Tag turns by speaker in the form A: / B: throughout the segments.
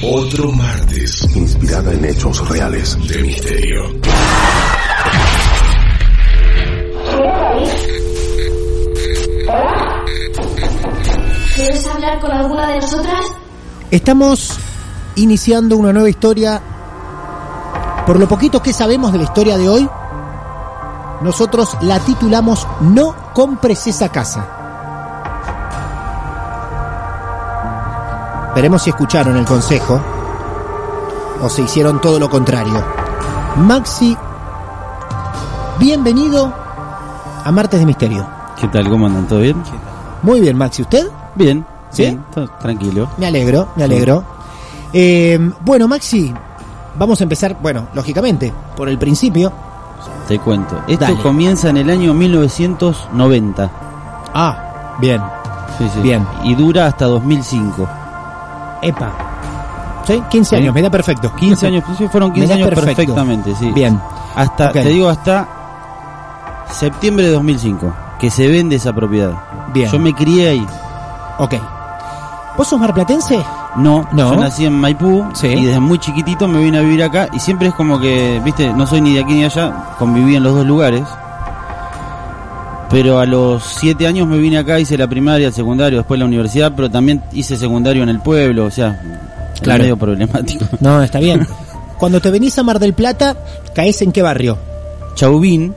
A: otro martes
B: inspirada en hechos reales.
A: de misterio.
C: ¿Quieres hablar con alguna de nosotras?
D: Estamos iniciando una nueva historia. Por lo poquito que sabemos de la historia de hoy, nosotros la titulamos No compres esa casa. Veremos si escucharon el consejo o se hicieron todo lo contrario. Maxi, bienvenido a Martes de Misterio.
E: ¿Qué tal? ¿Cómo andan? ¿Todo bien?
D: Muy bien, Maxi, ¿usted?
E: Bien.
D: ¿Sí?
E: bien, todo tranquilo.
D: Me alegro, me alegro. Eh, bueno, Maxi, vamos a empezar, bueno, lógicamente, por el principio.
E: Te cuento. Esto
D: Dale.
E: comienza en el año 1990.
D: Ah, bien.
E: Sí, sí.
D: Bien.
E: Y dura hasta 2005.
D: Epa. ¿Sí? 15 años,
E: Sí.
D: me da perfecto.
E: 15 años, sí, fueron 15
D: Me da
E: años
D: perfecto.
E: perfectamente, sí.
D: Bien.
E: Hasta,
D: Ok.
E: te digo, hasta septiembre de 2005, que se vende esa propiedad.
D: Bien.
E: Yo me crié ahí.
D: Ok. ¿Vos sos marplatense?
E: No,
D: No.
E: yo nací en Maipú
D: Sí.
E: y desde muy chiquitito me vine a vivir acá y siempre es como que, viste, no soy ni de aquí ni de allá, conviví en los dos lugares. Pero a los siete años me vine acá, hice la primaria, el secundario, después la universidad, pero también hice secundario en el pueblo, o sea, es
D: Claro.
E: medio problemático.
D: No, está bien. Cuando te venís a Mar del Plata, ¿caes en qué barrio?
E: Chauvín,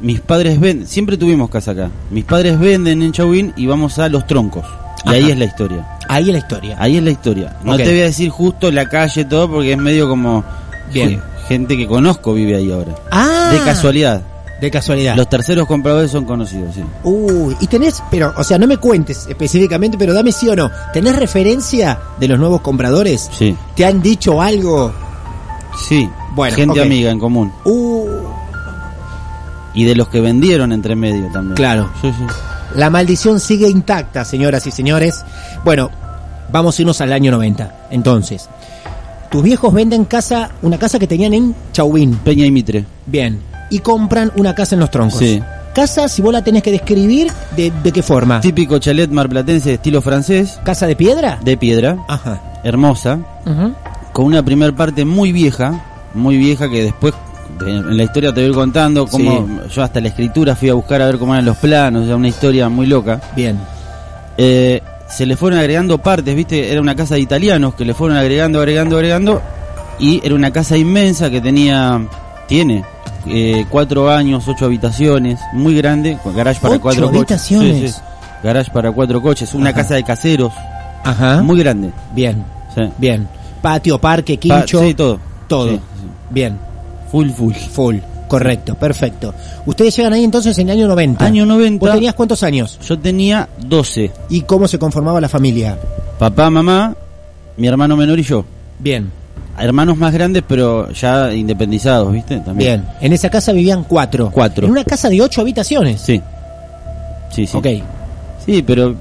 E: mis padres venden, siempre tuvimos casa acá, mis padres venden en Chauvín y vamos a Los Troncos. Y ahí
D: Ajá.
E: es la historia.
D: Ahí es la historia.
E: Ahí es la historia. No
D: Ok.
E: te voy a decir justo la calle, todo, porque es medio como.
D: Bien.
E: Gente que conozco vive ahí ahora.
D: Ah,
E: De casualidad.
D: De casualidad.
E: Los terceros compradores son conocidos, sí.
D: Uy, y tenés, pero, o sea, no me cuentes específicamente, pero dame sí o no. ¿Tenés referencia de los nuevos compradores?
E: Sí.
D: ¿Te han dicho algo?
E: Sí.
D: Bueno,
E: gente
D: ok.
E: amiga en común.
D: Uh,
E: Y de los que vendieron entre medio también.
D: Claro.
E: Sí, sí.
D: la maldición sigue intacta, señoras y señores. Bueno, vamos a irnos al año 90. Entonces, tus viejos venden casa, una casa que tenían en Chauvín.
E: Peña y Mitre.
D: Bien. Y compran una casa en los troncos.
E: Sí.
D: Casa, si vos la tenés que describir, ¿de, de qué forma?
E: Típico chalet marplatense de estilo francés.
D: ¿Casa de piedra?
E: De piedra.
D: Ajá.
E: Hermosa.
D: Ujú.
E: con una primer parte muy vieja, muy vieja que después de- en la historia te voy a ir contando cómo yo hasta la escritura fui a buscar a ver cómo eran los planos, ya una historia muy loca.
D: Bien.
E: Eh, se le fueron agregando partes, viste, era una casa de italianos que le fueron agregando, agregando, agregando y era una casa inmensa que tenía, tiene eh, cuatro años, ocho habitaciones, muy grande, con garage para
D: Ocho
E: cuatro
D: habitaciones.
E: coches, Sí, sí. garage para cuatro coches, una
D: Ajá. ¿Ah?
E: casa de caseros,
D: Ajá.
E: muy grande,
D: Bien.
E: sí.
D: Bien. Patio, parque,
E: Pa-
D: quincho.
E: sí, todo,
D: Todo.
E: Sí, sí.
D: Bien.
E: full, full.
D: Full. Correcto. Perfecto. Ustedes llegan ahí entonces en el año 90.
E: Año 90.
D: Ah. ¿Vos tenías cuántos años?
E: Yo tenía 12.
D: ¿Y cómo se conformaba la familia?
E: Papá, mamá, mi hermano menor y yo.
D: Bien.
E: Hermanos más grandes, pero ya independizados, ¿viste? También.
D: Bien. En esa casa vivían cuatro.
E: Cuatro.
D: En una casa de ocho habitaciones.
E: Sí. Sí, sí.
D: Ok.
E: Sí, pero,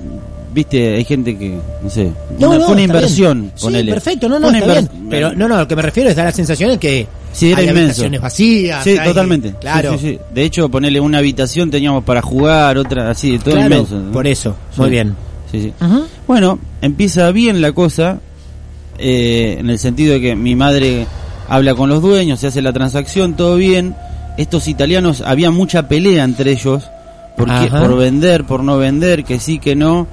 E: ¿viste? Hay gente que, no sé.
D: No,
E: una,
D: no,
E: fue una
D: está
E: inversión,
D: bien. Sí,
E: ponele.
D: perfecto, no, no,
E: Fue una
D: está
E: inver-
D: bien. Pero no, no, lo que me refiero es da la sensación de que
E: Sí, era
D: hay
E: inmenso.
D: habitaciones vacías.
E: Sí,
D: hay-
E: totalmente. Sí,
D: Claro.
E: sí, sí. De hecho, ponele una habitación, teníamos para jugar, otra, así, todo
D: Claro,
E: inmenso.
D: Por eso.
E: Sí.
D: Muy bien.
E: Sí, sí.
D: Ujú.
E: Bueno, empieza bien la cosa, eh, en el sentido de que mi madre habla con los dueños, se hace la transacción, todo bien. Estos italianos, había mucha pelea entre ellos, por, qué-
D: Ajá.
E: por vender, por no vender, que sí, que no.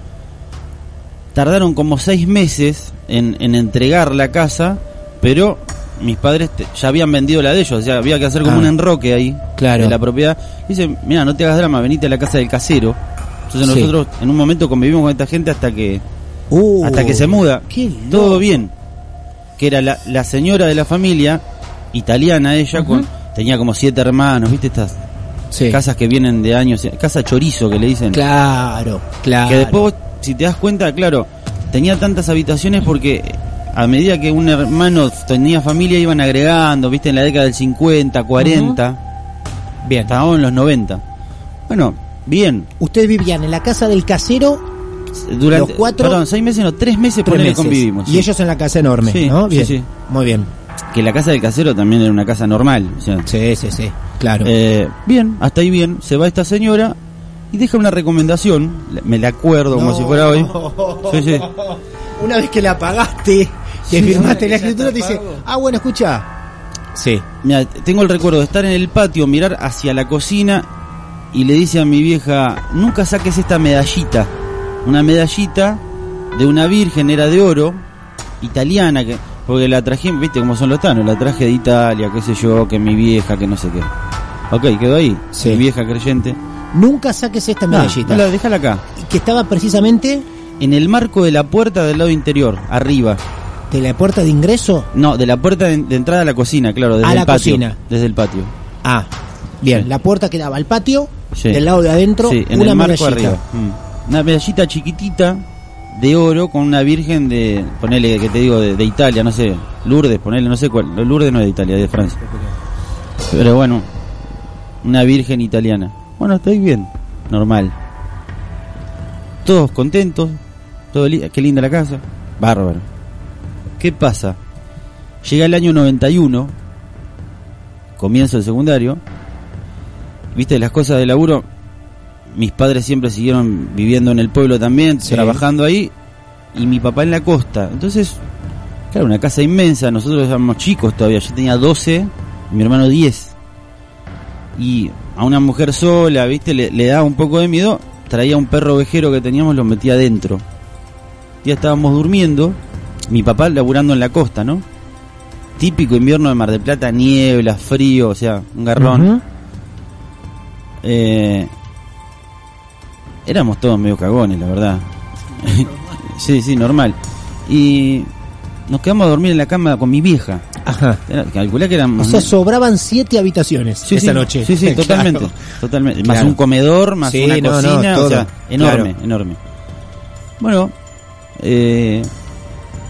E: Tardaron como seis meses en, en entregar la casa, pero mis padres te- ya habían vendido la de ellos, o sea, había que hacer como
F: Ah.
E: un enroque ahí
F: Claro.
E: de la propiedad. Dice, mira, no te hagas drama, venite a la casa del casero. Entonces
F: Sí.
E: nosotros en un momento convivimos con esta gente hasta que
F: Uh,
E: hasta que se muda.
F: qué
E: Todo bien. Que era la, la señora de la familia, italiana ella, con tenía como siete hermanos, ¿viste? Estas
F: Sí.
E: casas que vienen de años, eh, casa chorizo que le dicen.
F: Claro, claro.
E: Que después, vos, si te das cuenta, claro, tenía tantas habitaciones porque a medida que un hermano tenía familia iban agregando, viste, en la década del 50, 40,
F: Bien.
E: hasta ahora en los 90. Bueno, bien.
D: Ustedes vivían en la casa del casero
E: Durante,
D: Los cuatro-
E: perdón, seis meses, no, tres meses,
F: Tres
E: ponele,
F: meses.
E: convivimos.
D: y
E: sí.
D: ellos en la casa enorme,
E: Sí,
D: ¿no?
E: sí,
D: Bien.
E: sí.
D: Muy bien.
E: Que la casa del casero también era una casa normal. o sea,
F: Sí, sí, sí.
D: Claro.
E: eh, bien, hasta ahí bien. Se va esta señora y deja una recomendación. la- Me la acuerdo como si fuera hoy. Sí, sí.
D: Una vez que la pagaste, te
E: Sí, ahora
D: firmaste
E: que
D: la
E: ya
D: escritura, te
E: está
D: dice,
E: pago.
D: ah, bueno, escucha. Sí.
E: Mira, tengo el recuerdo de estar en el patio, mirar hacia la cocina y le dice a mi vieja, nunca saques esta medallita. Una medallita de una virgen, era de oro, italiana, que porque la traje, viste cómo son los tanos, la traje de Italia, qué sé yo, que mi vieja, que no sé qué. Ok, quedó ahí,
D: Sí.
E: mi vieja creyente.
D: Nunca saques esta
E: Nada,
D: medallita.
E: la- déjala acá,
D: Y Que estaba precisamente
E: en el marco de la puerta del lado interior, arriba.
D: de la puerta de ingreso.
E: No, de la puerta de, de entrada a la cocina, claro, desde
D: A
E: el
D: la
E: patio.
D: cocina.
E: Desde el patio.
D: Ah, bien.
E: Sí.
D: La puerta que daba al patio,
E: Sí.
D: del lado de adentro,
E: Sí, en
D: una
E: el marco
D: medallita.
E: arriba. Mm. Una medallita chiquitita de oro con una virgen de, ponele que te digo, de, de Italia, no sé, Lourdes, ponele, no sé cuál, no, Lourdes no es de Italia, es de Francia. Pero bueno, una virgen italiana. Bueno, estoy bien, normal. Todos contentos, todo li- qué linda la casa, bárbaro. ¿Qué pasa? Llega el año 91, comienzo el secundario, viste, las cosas de laburo, mis padres siempre siguieron viviendo en el pueblo también,
D: Sí.
E: trabajando ahí, y mi papá en la costa. Entonces, claro, una casa inmensa, nosotros éramos chicos todavía, yo tenía 12, mi hermano 10. Y a una mujer sola, viste, le, le daba un poco de miedo, traía un perro ovejero que teníamos, lo metía adentro. Ya estábamos durmiendo, mi papá laburando en la costa, ¿no? Típico invierno de Mar del Plata, niebla, frío, o sea, un garrón.
D: Ujú.
E: Eh, éramos todos medio cagones, la verdad. sí, sí, normal. Y nos quedamos a dormir en la cama con mi vieja.
D: Ajá.
E: Era- Calculá que
D: O
E: éramos...
D: sea, sobraban siete habitaciones
E: Sí,
D: esa
E: sí,
D: noche.
E: Sí, sí,
D: Claro.
E: totalmente. totalmente. Más
D: Claro.
E: un comedor, más
D: Sí,
E: una
D: no, no,
E: cocina,
D: todo.
E: o sea, enorme,
D: Claro.
E: enorme. Bueno, eh,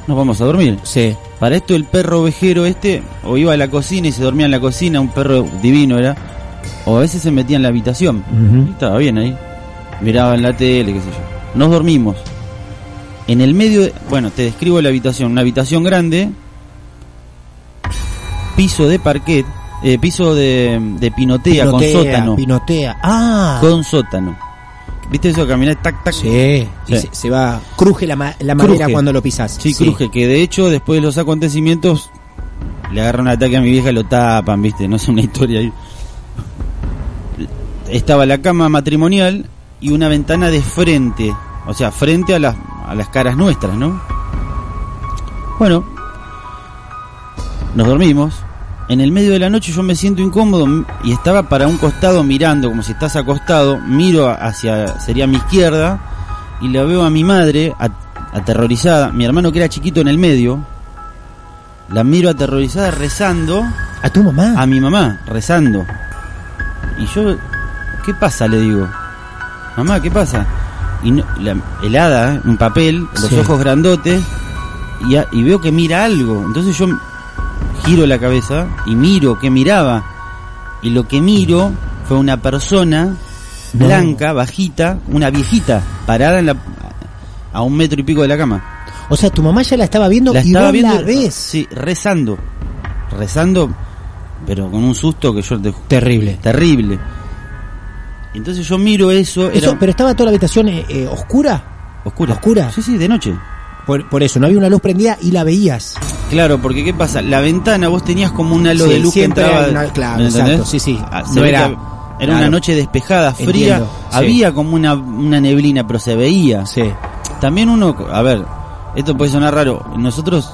E: nos vamos a dormir.
D: Sí.
E: Para esto el perro ovejero este o iba a la cocina y se dormía en la cocina, un perro divino era, o a veces se metía en la habitación.
D: Ujú.
E: Y Estaba bien ahí. Miraban la tele, qué sé yo. Nos dormimos. En el medio, de- bueno, te describo la habitación, una habitación grande, piso de parquet, eh, piso de, de pinotea,
D: Pinotea,
E: con sótano,
D: Pinotea. Ah.
E: con sótano. ¿Viste eso? Caminar tac tac.
D: Sí. Y
E: Sí.
D: Se, se va. Cruje la, ma- la madera
E: Cruje.
D: cuando lo pisas.
E: Sí, cruje, que de hecho después de los acontecimientos le agarran un ataque a mi vieja y lo tapan, viste, no sé, una historia ahí. Estaba la cama matrimonial y una ventana de frente, o sea, frente a las, a las caras nuestras, ¿no? Bueno, nos dormimos. En el medio de la noche yo me siento incómodo m- y estaba para un costado mirando, como si estás acostado, miro hacia, sería mi izquierda, y la veo a mi madre at- aterrorizada, mi hermano que era chiquito en el medio, la miro aterrorizada rezando
D: A tu mamá.
E: a mi mamá, rezando. Y yo, ¿qué pasa? Le digo, mamá, ¿qué pasa? Y no- la, helada, ¿eh? un papel, los
D: Sí.
E: ojos grandotes, y, a- y veo que mira algo. Entonces yo giro la cabeza y miro que miraba. Y lo que miro fue una persona
D: No.
E: blanca, bajita, una viejita, parada en la, a un metro y pico de la cama
D: O sea, tu mamá ya la estaba viendo
E: la
D: y
E: estaba
D: vos
E: viendo
D: la ves.
E: sí rezando rezando pero con un susto que yo te ju-
D: Terrible.
E: terrible entonces yo miro eso era
D: Eso, pero estaba toda la habitación eh, eh, oscura.
E: oscura
D: oscura.
E: sí sí de noche
D: Por, por eso, no había una luz prendida y la veías.
E: claro porque qué pasa la ventana vos tenías como una halo
D: Sí,
E: de luz que
D: siempre
E: entraba
D: hay una- claro,
E: ¿me entendés?
D: exacto, sí, sí.
E: Ah, se
D: No
E: ve
D: era-
E: que era una
D: claro.
E: noche despejada fría
D: Entiendo, sí.
E: había como una una neblina pero se veía
D: Sí.
E: También uno, a ver, esto puede sonar raro. Nosotros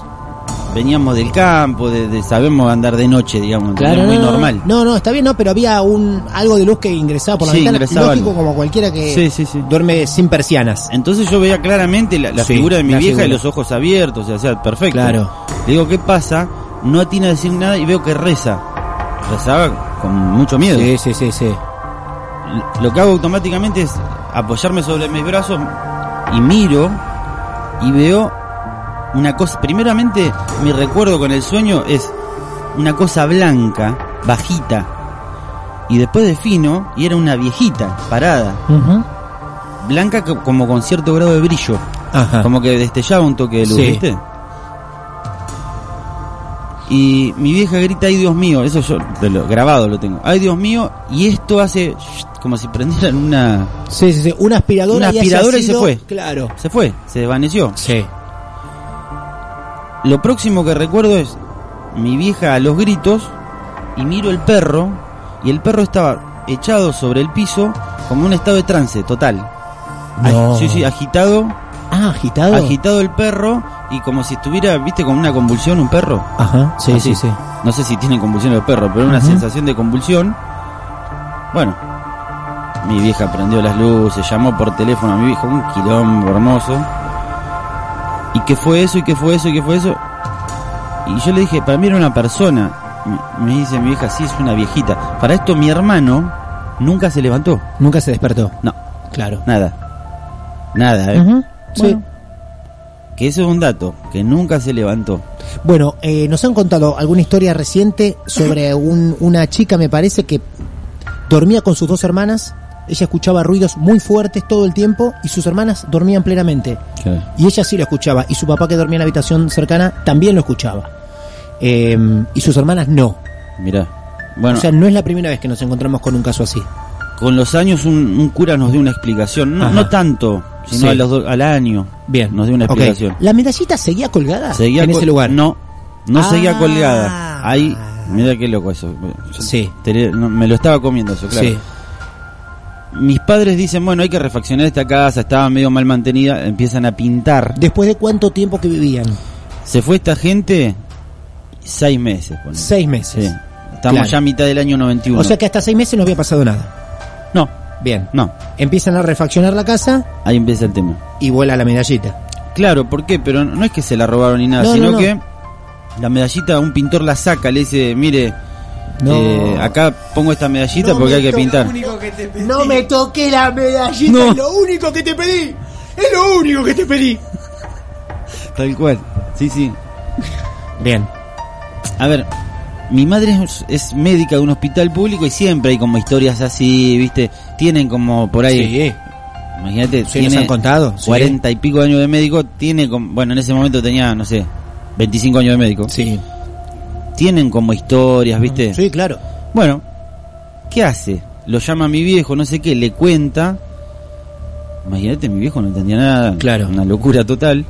E: veníamos del campo, de, de- sabemos andar de noche, digamos, ¿entendés?
F: Claro,
E: muy
F: no, no,
E: normal.
D: No, no, está bien, no, pero había un algo de luz que ingresaba por la
E: Sí,
D: ventana.
E: ingresaba
D: Lógico,
E: algo.
D: como cualquiera que.
E: Sí, sí, sí.
F: Duerme sin persianas.
E: Entonces yo veía claramente la, la
F: Sí,
E: figura de mi
F: la
E: vieja y
F: figura.
E: los ojos abiertos, o sea, perfecto.
F: Claro.
E: Le digo, ¿qué pasa? No atina a decir nada y veo que reza. Rezaba con mucho miedo.
F: Sí, sí, sí, sí.
E: Lo que hago automáticamente es apoyarme sobre mis brazos y miro y veo una cosa. Primeramente, mi recuerdo con el sueño es una cosa blanca, bajita. Y después defino y era una viejita, parada.
D: Ujú.
E: Blanca co- como con cierto grado de brillo.
F: Ajá.
E: Como que destellaba un toque de luz,
F: Ah. Sí.
E: ¿viste? Y mi vieja grita, ay Dios mío, eso yo te lo- grabado lo tengo, ay Dios mío, y esto hace como si prendieran una...
D: Sí, sí, sí. Una aspiradora.
E: Una
D: y haya
E: aspiradora y se
D: sido-
E: fue.
D: Claro.
E: Se fue, se desvaneció.
F: Sí.
E: Lo próximo que recuerdo es mi vieja a los gritos y miro el perro y el perro estaba echado sobre el piso como en un estado de trance total. Ag-
F: No.
E: sí, sí, agitado,
D: Ah, agitado.
E: agitado el perro y como si estuviera, viste, con una convulsión un perro.
F: Ajá. Sí, sí,
E: Así.
F: sí.
E: No sé si tienen convulsión los perros, pero una
F: Ujú.
E: sensación de convulsión. Bueno, mi vieja prendió las luces, llamó por teléfono a mi viejo, un quilombo hermoso. ¿Y qué fue eso? ¿Y qué fue eso? ¿Y qué fue eso? Y yo le dije, para mí era una persona. Me- Me dice mi vieja, sí, es una viejita. Para esto mi hermano nunca se levantó.
F: Nunca se despertó.
E: No,
F: Claro.
E: nada. Nada, ¿eh?
D: Ujú, sí.
E: Bueno. Que eso es un dato, que nunca se levantó.
D: Bueno, eh, nos han contado alguna historia reciente sobre un- una chica, me parece, que dormía con sus dos hermanas. Ella escuchaba ruidos muy fuertes todo el tiempo y sus hermanas dormían plenamente. Y ella sí lo escuchaba. Y su papá, que dormía en la habitación cercana, también lo escuchaba. Eh, y sus hermanas no.
E: Mirá. Bueno,
D: O sea, no es la primera vez que nos encontramos con un caso así.
E: Con los años un, un cura nos dio una explicación, no,
F: Ajá.
E: no tanto, sino
F: Sí.
E: a los do- al año.
F: Bien.
E: nos dio una
D: Ok.
E: explicación.
D: ¿La medallita seguía colgada
E: Seguía
D: en
E: col-
D: ese lugar?
E: No, no
D: Ah.
E: seguía colgada. Ahí, mira qué loco eso. Yo
F: Sí.
E: te- no, me lo estaba comiendo eso, claro.
F: Sí.
E: Mis padres dicen, bueno, hay que refaccionar esta casa, estaba medio mal mantenida, empiezan a pintar.
D: ¿Después de cuánto tiempo que vivían?
E: Se fue esta gente seis meses. ponele.
D: Seis meses.
E: Sí. Estamos
D: Claro.
E: ya a mitad del año 91.
D: O sea que hasta seis meses no había pasado nada.
E: No,
D: Bien.
E: no,
D: Empiezan a refaccionar la casa
E: ahí empieza el tema.
D: y vuela la medallita.
E: Claro, ¿por qué? Pero no es que se la robaron ni nada,
D: No, no,
E: sino
D: no.
E: que la medallita un pintor la saca, le dice, mire,
D: No.
E: eh, acá pongo esta medallita
D: No
E: porque
D: me
E: hay que
D: toca
E: pintar.
D: No me toqué la medallita,
E: No.
D: es lo único que te pedí. Es lo único que te pedí.
E: Tal cual. Sí, sí.
D: Bien.
E: A ver, mi madre es, es médica de un hospital público y siempre hay como historias así, ¿viste? Tienen como por ahí...
F: Sí.
E: Imagínate,
F: Sí, nos han contado. sí.
E: 40 y pico años de médico, tiene como... Bueno, en ese momento tenía, no sé, 25 años de médico.
F: Sí.
E: Tienen como historias, ¿viste?
D: Sí, claro.
E: Bueno, ¿qué hace? Lo llama a mi viejo, no sé qué, le cuenta. Imagínate, mi viejo no entendía nada.
F: Claro.
E: Una locura total.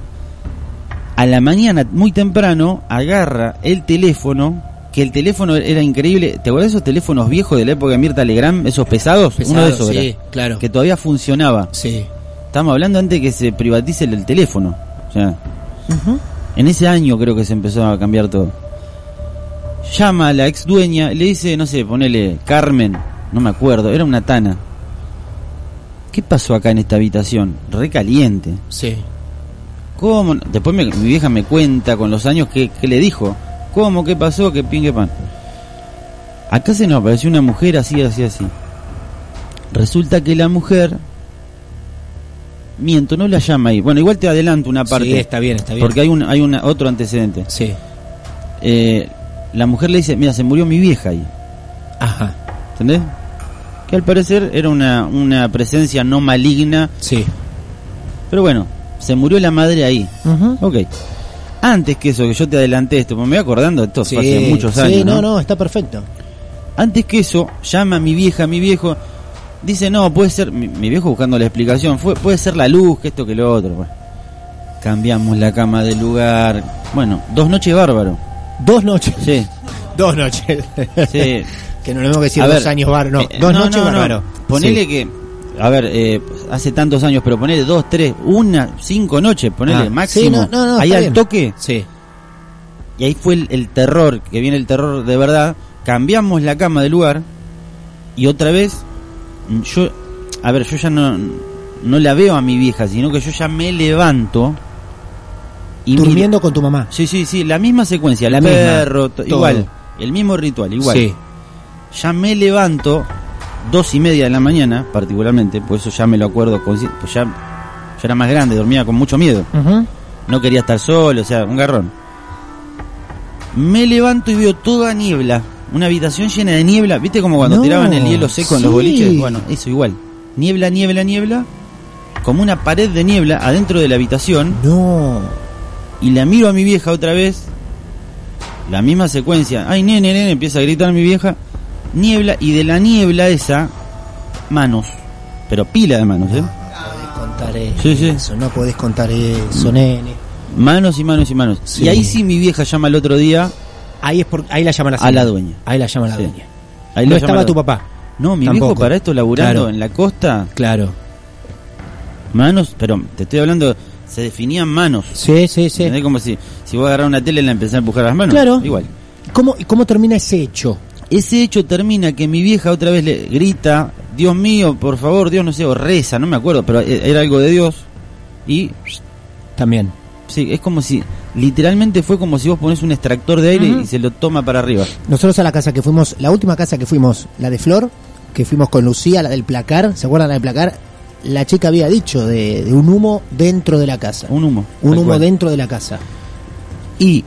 E: A la mañana, muy temprano, agarra el teléfono. Que el teléfono era increíble. ¿Te acuerdas de esos teléfonos viejos de la época de Mirta Legrand? Esos pesados. Uno
F: Pesado,
E: de esos,
F: sí,
E: era.
F: claro.
E: Que todavía funcionaba.
F: Sí.
E: Estamos hablando antes que se privatice el, el teléfono. O sea, En ese año creo que se empezó a cambiar todo. Llama a la ex dueña, le dice, no sé, ponele Carmen, no me acuerdo, era una tana. ¿Qué pasó acá en esta habitación? Recaliente.
F: Sí.
E: ¿Cómo? no? Después me- mi vieja me cuenta con los años que, que le dijo. ¿Cómo? ¿Qué pasó? ¿Qué pin, qué pan? Acá se nos apareció una mujer así, así, así. Resulta que la mujer... Miento, no la llama ahí. Bueno, igual te adelanto una parte.
F: Sí, está bien, está bien.
E: Porque hay un, hay un otro antecedente.
F: Sí.
E: Eh, la mujer le dice, mira, se murió mi vieja ahí.
F: Ajá.
E: ¿Entendés? Que al parecer era una, una presencia no maligna.
F: Sí.
E: Pero bueno, se murió la madre ahí. Ok. Antes que eso, que yo te adelanté esto, porque me voy acordando, esto fue hace muchos años.
D: Sí, no,
E: ¿no?
D: no, está perfecto.
E: Antes que eso, llama a mi vieja, a mi viejo. Dice, no, puede ser, mi, mi viejo buscando la explicación, fue, puede ser la luz, que esto, que lo otro. Bueno, cambiamos la cama de lugar. Bueno, dos noches bárbaro.
D: Dos noches.
E: Sí,
D: Dos noches.
E: sí.
D: que no lo tengo que decir
E: A
D: dos
E: ver,
D: años bárbaro. No,
E: eh,
D: dos
E: no,
D: noches
E: no, no.
D: bárbaro.
E: Ponele
D: Sí.
E: que, a ver, eh, hace tantos años, pero ponele dos, tres, una, cinco noches, ponele
F: Ah,
E: máximo.
D: sí, no, no, no,
E: Ahí
D: está
E: al
D: bien.
E: toque
F: Sí.
E: y ahí fue el, el terror, que viene el terror de verdad, cambiamos la cama de lugar y otra vez mm, yo, a ver, yo ya no, no la veo a mi vieja, sino que yo ya me levanto y miro-
D: Durmiendo con tu mamá.
E: Sí, sí, sí, la misma secuencia, el
F: La misma,
E: perro, to-
F: todo.
E: igual, el mismo ritual, igual.
F: Sí.
E: Ya me levanto, dos y media de la mañana, particularmente, por eso ya me lo acuerdo, consci- pues ya, ya era más grande, dormía con mucho miedo,
D: Ujú.
E: no quería estar solo, o sea, un garrón. Me levanto y veo toda niebla, una habitación llena de niebla, viste como cuando
D: No,
E: tiraban el hielo seco en los
D: sí.
E: boliches, bueno, eso igual, niebla, niebla, niebla, como una pared de niebla adentro de la habitación
D: No.
E: y la miro a mi vieja otra vez. La misma secuencia. Ay, nene, nene, empieza a gritar mi vieja. Niebla, y de la niebla esa, manos. Pero pila de manos, ¿eh?
D: podés contar eso.
E: Sí, Mm. sí.
D: No podés contar eso, nene.
E: Manos y manos y manos.
D: Sí.
E: Y ahí sí mi vieja llama al otro día.
F: Ahí, es por, ahí la llaman
E: A la dueña.
F: Ahí la llaman a la
E: Sí.
F: dueña.
E: Ahí
F: no
E: lo llama
F: estaba
E: la-
F: tu papá.
E: No, mi viejo
F: Tampoco.
E: para esto laburando
F: Claro.
E: en la costa.
F: Claro.
E: Manos, pero te estoy hablando, se definían manos.
F: Sí, sí, sí.
E: ¿Entendés? Como si, si vos agarrás una tele y la empezás a empujar a las manos.
D: Claro.
E: Igual.
D: ¿Cómo, y ¿Cómo termina ese hecho?
E: Ese hecho termina que mi vieja otra vez le grita, Dios mío, por favor, Dios, no sé, o reza, no me acuerdo, pero e- era algo de Dios. Y
F: También.
E: sí, es como si, literalmente fue como si vos pones un extractor de aire y se lo toma para arriba.
D: Nosotros a la casa que fuimos, la última casa que fuimos, la de Flor, que fuimos con Lucía, la del placar, ¿se acuerdan la del placar? La chica había dicho de, de un humo dentro de la casa.
E: Un humo.
D: Un
E: tal
D: humo
E: cual.
D: dentro de la casa.
E: Y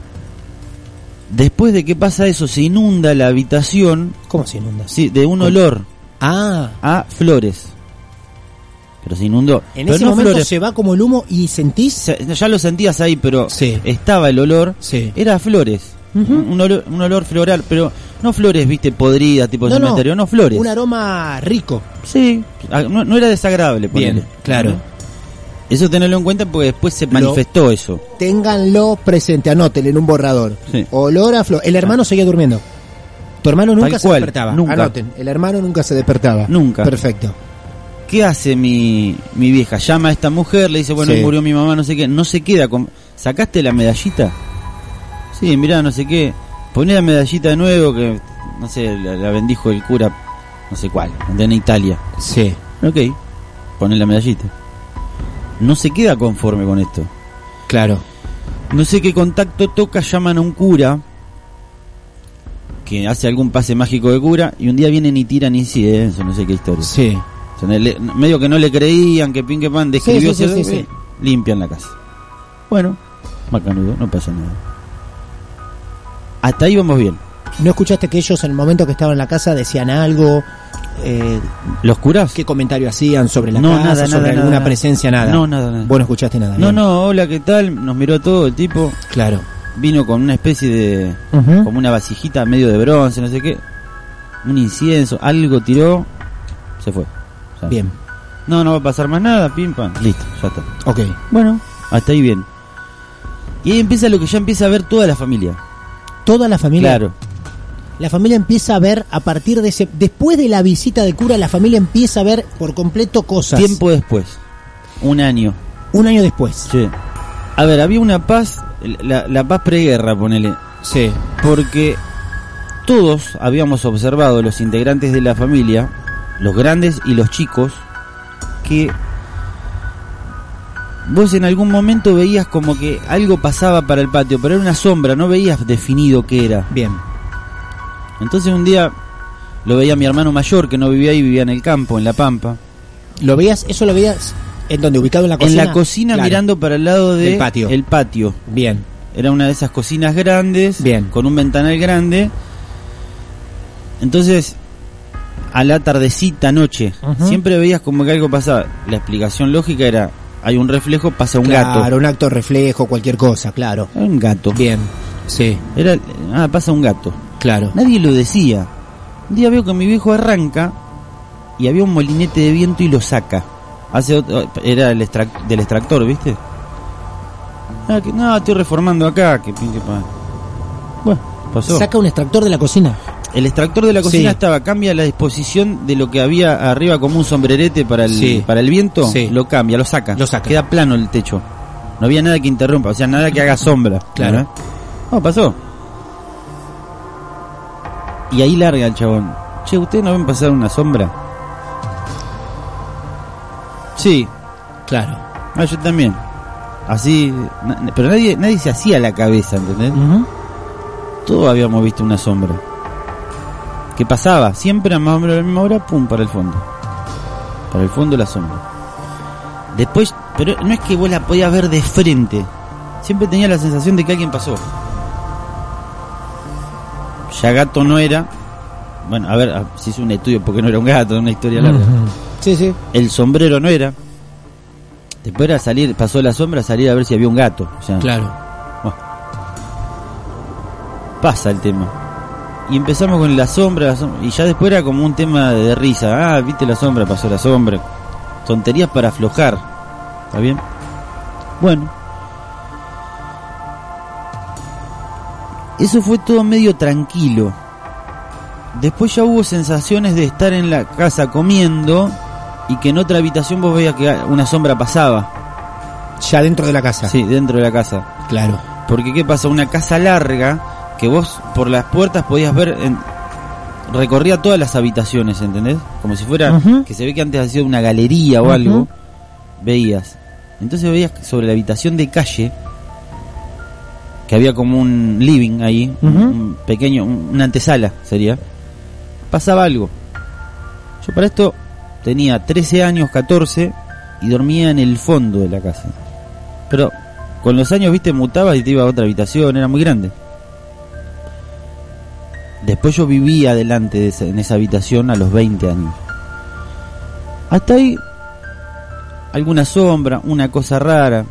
E: después de que pasa eso, se inunda la habitación
D: ¿Cómo se inunda?
E: sí, de un olor
D: Ah,
E: a flores. Pero se inundó.
D: en
E: Pero
D: ese
E: no
D: momento
E: flores,
D: se va como el humo y sentís.
E: se- ya lo sentías ahí, pero
D: Sí.
E: estaba el olor.
D: Sí.
E: Era a flores. un, un olor, un olor floral, pero no flores, viste, podridas, tipo cementerio, no, flores.
D: Un aroma rico.
E: Sí, ah, no, no era desagradable.
F: Bien,
E: ponele.
F: claro.
E: Ujú. Eso tenerlo en cuenta porque después se manifestó eso.
D: Ténganlo presente, anótenlo en un borrador.
E: Sí.
D: Olor a flor. El hermano seguía durmiendo. Tu hermano nunca
E: Tal
D: se
E: cual,
D: despertaba.
E: nunca.
D: Anoten, el hermano nunca se despertaba.
E: Nunca.
D: Perfecto.
E: ¿Qué hace mi, mi vieja? Llama a esta mujer, le dice, bueno,
D: Sí.
E: murió mi mamá, no sé qué. No se queda con... ¿Sacaste la medallita? Sí, mirá, no sé qué. Poné la medallita de nuevo que, no sé, la, la bendijo el cura, no sé cuál, de en Italia.
F: Sí.
E: Ok, poné la medallita. No se queda conforme con esto.
F: Claro.
E: No sé qué contacto toca, llaman a un cura que hace algún pase mágico de cura y un día vienen y tiran incidencia, no sé qué historia.
F: Sí.
E: O sea, le- medio que no le creían que Pin que Pan describió
D: Sí, sí, sí,
E: ese-
D: sí, sí.
E: limpian la casa. Bueno, macanudo, no pasa nada. Hasta ahí vamos bien.
D: ¿No escuchaste que ellos en el momento que estaban en la casa decían algo? Eh,
E: ¿Los curas?
D: ¿Qué comentario hacían sobre la
E: No,
D: casa?
E: nada,
D: ¿Sobre
E: nada,
D: alguna
E: nada.
D: presencia? Nada.
E: No, nada, nada.
D: Vos no escuchaste nada.
E: No,
D: bien.
E: no, hola, ¿qué tal? Nos miró todo el tipo.
D: Claro.
E: Vino con una especie de...
D: Ujú.
E: como una vasijita medio de bronce, no sé qué. Un incienso, algo tiró, se fue. O sea,
D: Bien.
E: No, no va a pasar más nada, pim pam. Listo, ya está.
D: Ok.
E: Bueno, hasta ahí bien. Y ahí empieza lo que ya empieza a ver toda la familia.
D: Toda la familia.
E: Claro.
D: La familia empieza a ver a partir de ese. Después de la visita del cura, la familia empieza a ver por completo cosas.
E: Tiempo después. Un año.
D: Un año después.
E: Sí. A ver, había una paz, la, la paz preguerra, ponele.
F: Sí.
E: Porque todos habíamos observado, los integrantes de la familia, los grandes y los chicos, que vos en algún momento veías como que algo pasaba para el patio, pero era una sombra, no veías definido qué era.
F: Bien.
E: Entonces un día lo veía mi hermano mayor, que no vivía ahí, vivía en el campo, en la pampa.
D: ¿Lo veías? ¿Eso lo veías en donde? ¿Ubicado en la
E: En
D: cocina?
E: la cocina
D: Claro.
E: mirando para el lado del
F: El patio.
E: El patio.
F: Bien.
E: Era una de esas cocinas grandes,
F: Bien.
E: con un ventanal grande. Entonces, a la tardecita, noche,
D: Ujú.
E: siempre veías como que algo pasaba. La explicación lógica era, hay un reflejo, pasa un
D: Claro,
E: gato.
D: un acto reflejo, cualquier cosa, claro.
E: Hay un gato.
F: Bien. Sí.
E: Era, ah, pasa un gato.
F: Claro.
E: Nadie lo decía. Un día veo que mi viejo arranca y había un molinete de viento y lo saca. Hace otro- era el extrac- del extractor, ¿viste? Ah, que- no, estoy reformando acá, que pin, que pan. Bueno, pasó.
D: Saca un extractor de la cocina.
E: El extractor de la cocina
F: Sí.
E: estaba, cambia la disposición de lo que había arriba como un sombrerete para el,
F: Sí.
E: para el viento,
F: Sí.
E: lo cambia, lo saca.
F: Lo saca.
E: Queda plano el techo. No había nada que interrumpa, o sea, nada que haga sombra.
F: Claro.
E: ¿verdad? No, pasó. y ahí larga el chabón. Che, ¿ustedes no ven pasar una sombra? Sí,
F: Claro.
E: ah, yo también. Así, na- na- pero nadie, nadie se hacía la cabeza, ¿entendés?
F: Ujú.
E: Todos habíamos visto una sombra. ¿Qué pasaba? Siempre a más o menos a la misma hora, pum, para el fondo. Para el fondo la sombra. Después, pero no es que vos la podías ver de frente. Siempre tenía la sensación de que alguien pasó. Ya gato no era. Bueno, a ver, a- se hizo un estudio porque no era un gato, una historia larga.
F: Sí, sí.
E: El sombrero no era. Después era salir, pasó la sombra, salir a ver si había un gato. O sea,
F: Claro.
E: pasa el tema. Y empezamos con la sombra, la sombra, y ya después era como un tema de, risa. Ah, viste la sombra, pasó la sombra. Tonterías para aflojar. ¿Está bien? Bueno. Eso fue todo medio tranquilo. Después ya hubo sensaciones de estar en la casa comiendo y que en otra habitación vos veías que una sombra pasaba.
F: Ya dentro de la casa.
E: Sí, dentro de la casa.
F: Claro.
E: Porque qué pasa, una casa larga que vos por las puertas podías ver, en- recorría todas las habitaciones, ¿entendés? Como si fuera,
F: Ujú.
E: que se ve que antes ha sido una galería o algo, veías. Entonces veías que sobre la habitación de calle, que había como un living ahí, un-
F: Ujú.
E: un pequeño, un- una antesala sería, pasaba algo. Yo para esto tenía 13 años, 14, y dormía en el fondo de la casa. Pero con los años, viste, mutabas y te iba a otra habitación, era muy grande. Después yo vivía adelante de esa- en esa habitación a los 20 años. Hasta ahí, alguna sombra, una cosa rara.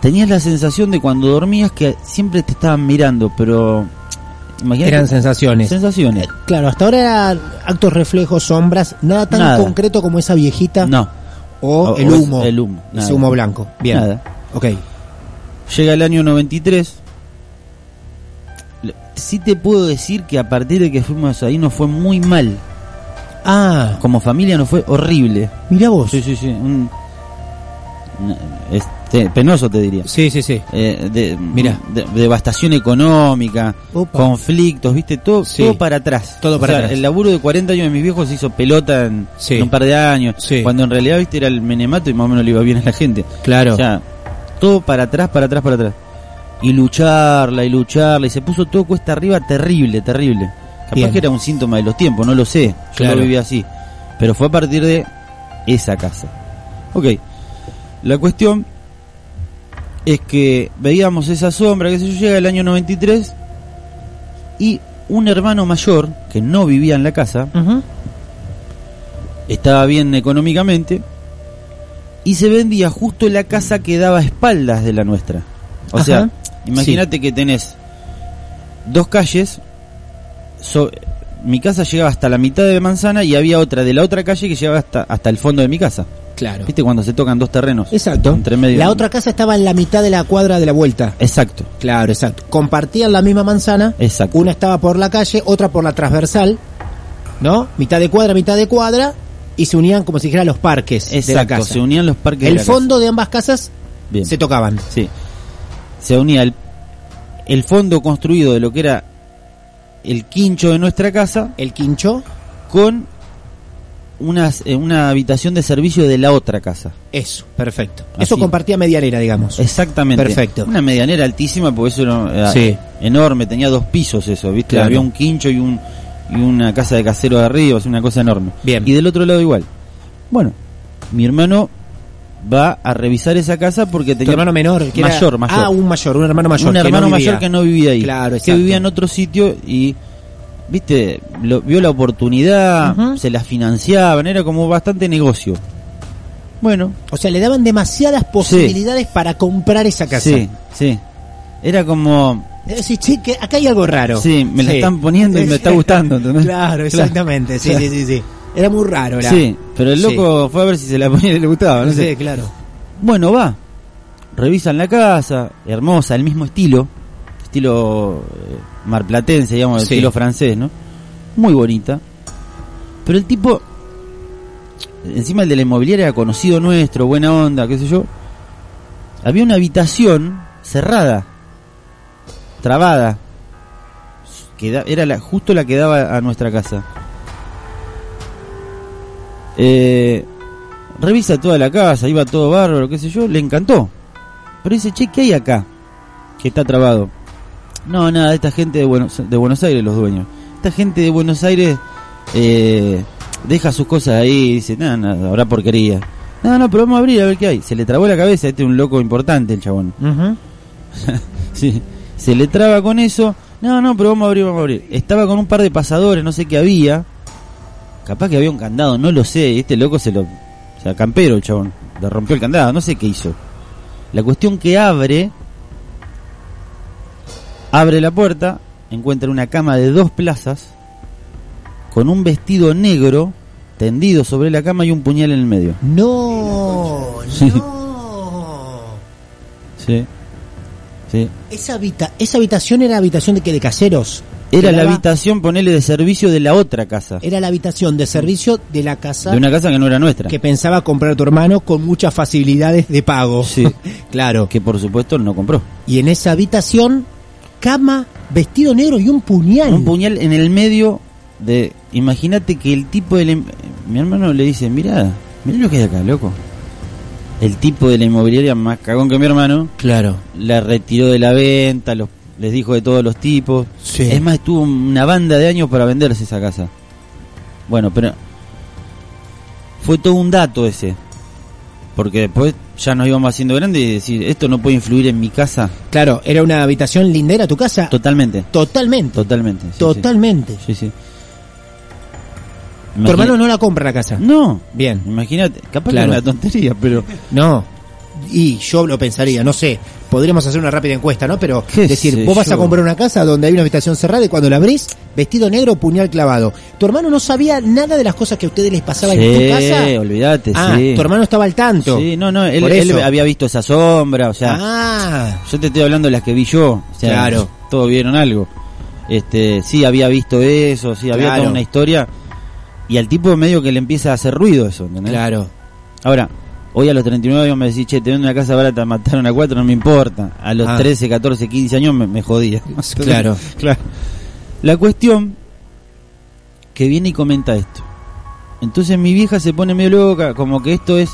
E: Tenías la sensación de cuando dormías que siempre te estaban mirando, pero... imagínate-
F: Eran sensaciones.
E: sensaciones.
D: Claro, hasta ahora eran actos reflejos, sombras, nada tan
E: Nada.
D: concreto como esa viejita
E: No,
D: o,
E: O-
D: el
E: o es-
D: humo.
E: el humo,
D: Ese
E: nada.
D: humo blanco. Bien.
E: nada.
D: Ok.
E: Llega el año 93. Lo- Sí te puedo decir que a partir de que fuimos ahí nos fue muy mal.
D: Ah,
E: Como familia nos fue horrible.
D: mira vos.
E: Sí, sí, sí. un- una- es te- penoso te diría.
F: Sí, sí, sí.
E: Eh, de,
F: Mirá.
E: de- devastación económica,
D: Opa.
E: conflictos, viste, todo,
F: Sí.
E: todo para atrás.
F: Todo
E: O
F: para
E: sea,
F: atrás.
E: El laburo de 40 años de mis viejos se hizo pelota en,
F: Sí.
E: en un par de años.
F: Sí.
E: Cuando en realidad, viste, era el menemato y más o menos le iba bien a la gente.
F: Claro.
E: O sea, todo para atrás, para atrás, para atrás. Y lucharla, y lucharla, y se puso todo cuesta arriba terrible, terrible. Capaz
F: Bien.
E: que era un síntoma de los tiempos, no lo sé. Yo
F: Claro.
E: lo viví así. Pero fue a partir de esa casa. Ok. La cuestión es que veíamos esa sombra, que se yo, llega el año 93 y un hermano mayor, que no vivía en la casa,
F: Ujú.
E: estaba bien económicamente y se vendía justo la casa que daba espaldas de la nuestra. O
F: Ajá.
E: sea, imagínate que tenés dos calles, so- mi casa llegaba hasta la mitad de manzana y había otra de la otra calle que llegaba hasta, hasta el fondo de mi casa.
F: Claro.
E: ¿Viste cuando se tocan dos terrenos?
D: Exacto.
E: Entre medio.
D: La otra casa estaba en la mitad de la cuadra de la vuelta.
E: Exacto,
D: Claro, exacto. Compartían la misma manzana.
E: exacto.
D: Una estaba por la calle, otra por la transversal, ¿no? Mitad de cuadra, mitad de cuadra, y se unían como si dijera los parques de la
E: Exacto,
D: casa.
E: se unían los parques
D: el
E: de la
D: fondo de ambas casas
E: casa. Bien.
D: se tocaban.
E: Sí. Se unía el, el fondo construido de lo que era el quincho de nuestra casa
D: El quincho,
E: con unas, eh, una habitación de servicio de la otra casa.
D: eso, perfecto.
E: Así.
D: Eso compartía medianera, digamos.
E: Exactamente.
D: Perfecto.
E: Una medianera altísima, porque eso era
F: Sí.
E: enorme, tenía dos pisos eso, ¿viste?
F: Claro.
E: Había un quincho y, un, y una casa de casero de arriba, es una cosa enorme.
D: Bien.
E: Y del otro lado igual. Bueno, mi hermano va a revisar esa casa porque
D: Tu
E: tenía
D: hermano menor, que era-
E: mayor, mayor.
D: Ah, un mayor, un hermano mayor.
E: un
D: que no
E: hermano
D: vivía.
E: mayor que no vivía ahí,
D: Claro,
E: que
D: exacto.
E: vivía en otro sitio y viste lo- vio la oportunidad,
D: Ujú.
E: se las financiaban, era como bastante negocio. Bueno,
D: O sea, le daban demasiadas posibilidades para comprar esa casa.
E: sí, sí, era como
D: Debe decir, che, que acá hay algo raro.
E: Sí, me la están poniendo y me está gustando, ¿entendés?
D: Claro, exactamente. Sí,
E: Claro.
D: sí, sí, sí. Era muy raro, era.
E: sí, pero el loco fue a ver si se la ponía y le gustaba, no sé.
D: Sí, claro.
E: Bueno, va. Revisan la casa, hermosa, el mismo estilo, estilo eh, marplatense, digamos,
F: Sí.
E: estilo francés, ¿no? Muy bonita. Pero el tipo, encima el de la inmobiliaria, era conocido nuestro, buena onda, qué sé yo. Había una habitación cerrada, trabada, que que da- era la, justo la que daba a nuestra casa. Eh, revisa toda la casa, iba todo bárbaro, qué sé yo, le encantó. Pero dice, che, ¿qué hay acá? Que está trabado. No, nada, esta gente de Buenos, de Buenos Aires, los dueños. Esta gente de Buenos Aires eh, deja sus cosas ahí, dice, nada, nada, habrá porquería. No, no, pero vamos a abrir a ver qué hay. Se le trabó la cabeza, este es un loco importante el chabón. Sí. Se le traba con eso. No, no, pero vamos a abrir, vamos a abrir. Estaba con un par de pasadores, no sé qué había. Capaz que había un candado, no lo sé. y Este loco se lo. O sea, campero el chabón. Le rompió el candado, no sé qué hizo. La cuestión que abre. Abre la puerta, encuentra una cama de dos plazas. Con un vestido negro tendido sobre la cama y un puñal en el medio.
D: No,
E: Sí.
D: no.
E: Sí. Sí.
D: Esa, habita- esa habitación era habitación de que de caseros.
E: Era la
D: Quedaba-
E: habitación, ponele, de servicio de la otra casa.
D: Era la habitación de servicio de la casa
E: De una casa que no era nuestra.
D: que pensaba comprar tu hermano con muchas facilidades de pago.
E: Sí.
D: claro.
E: que por supuesto no compró.
D: Y en esa habitación, cama, vestido negro y un puñal.
E: Un puñal en el medio de... Imagínate que el tipo del... em- Mi hermano le dice, mirá, mirá lo que hay acá, loco. El tipo de la inmobiliaria más cagón que mi hermano,
F: Claro.
E: la retiró de la venta, los, les dijo de todos los tipos.
F: Sí.
E: Es más, tuvo una banda de años para venderse esa casa. Bueno, pero... Fue todo un dato ese. Porque después ya nos íbamos haciendo grandes y decir, esto no puede influir en mi casa.
D: Claro, era una habitación lindera a tu casa.
E: Totalmente,
D: totalmente.
E: totalmente. sí, sí.
D: totalmente.
E: Sí, sí.
D: Tu hermano no la compra la casa.
E: No,
D: Bien.
E: imagínate. Capaz
D: Claro.
E: que era una tontería, pero.
D: No. Y yo lo pensaría, no sé. Podríamos hacer una rápida encuesta, ¿no? Pero
E: ¿Qué
D: decir,
E: sé
D: vos vas
E: yo?
D: a comprar una casa donde hay una habitación cerrada y cuando la abrís, vestido negro, puñal clavado. Tu hermano no sabía nada de las cosas que a ustedes les pasaba en tu casa.
E: olvídate,
D: Ah,
E: sí.
D: tu hermano estaba al tanto.
E: Sí, no, no, él,
D: Por
E: él
D: eso.
E: había visto esa sombra, o sea.
D: Ah,
E: Yo te estoy hablando de las que vi yo. O sea,
D: Claro.
E: Todos vieron algo. Este, sí, había visto eso, sí, había
D: Claro.
E: toda una historia. Y al tipo medio que le empieza a hacer ruido eso, ¿entendés?
D: claro.
E: Ahora, hoy a los 39 años me decís, che, te vendo una casa barata, mataron a cuatro, no me importa. A los
D: Ah.
E: 13, 14, 15 años me, me jodía.
D: Claro.
E: claro. La cuestión que viene y comenta esto. Entonces mi vieja se pone medio loca, como que esto es...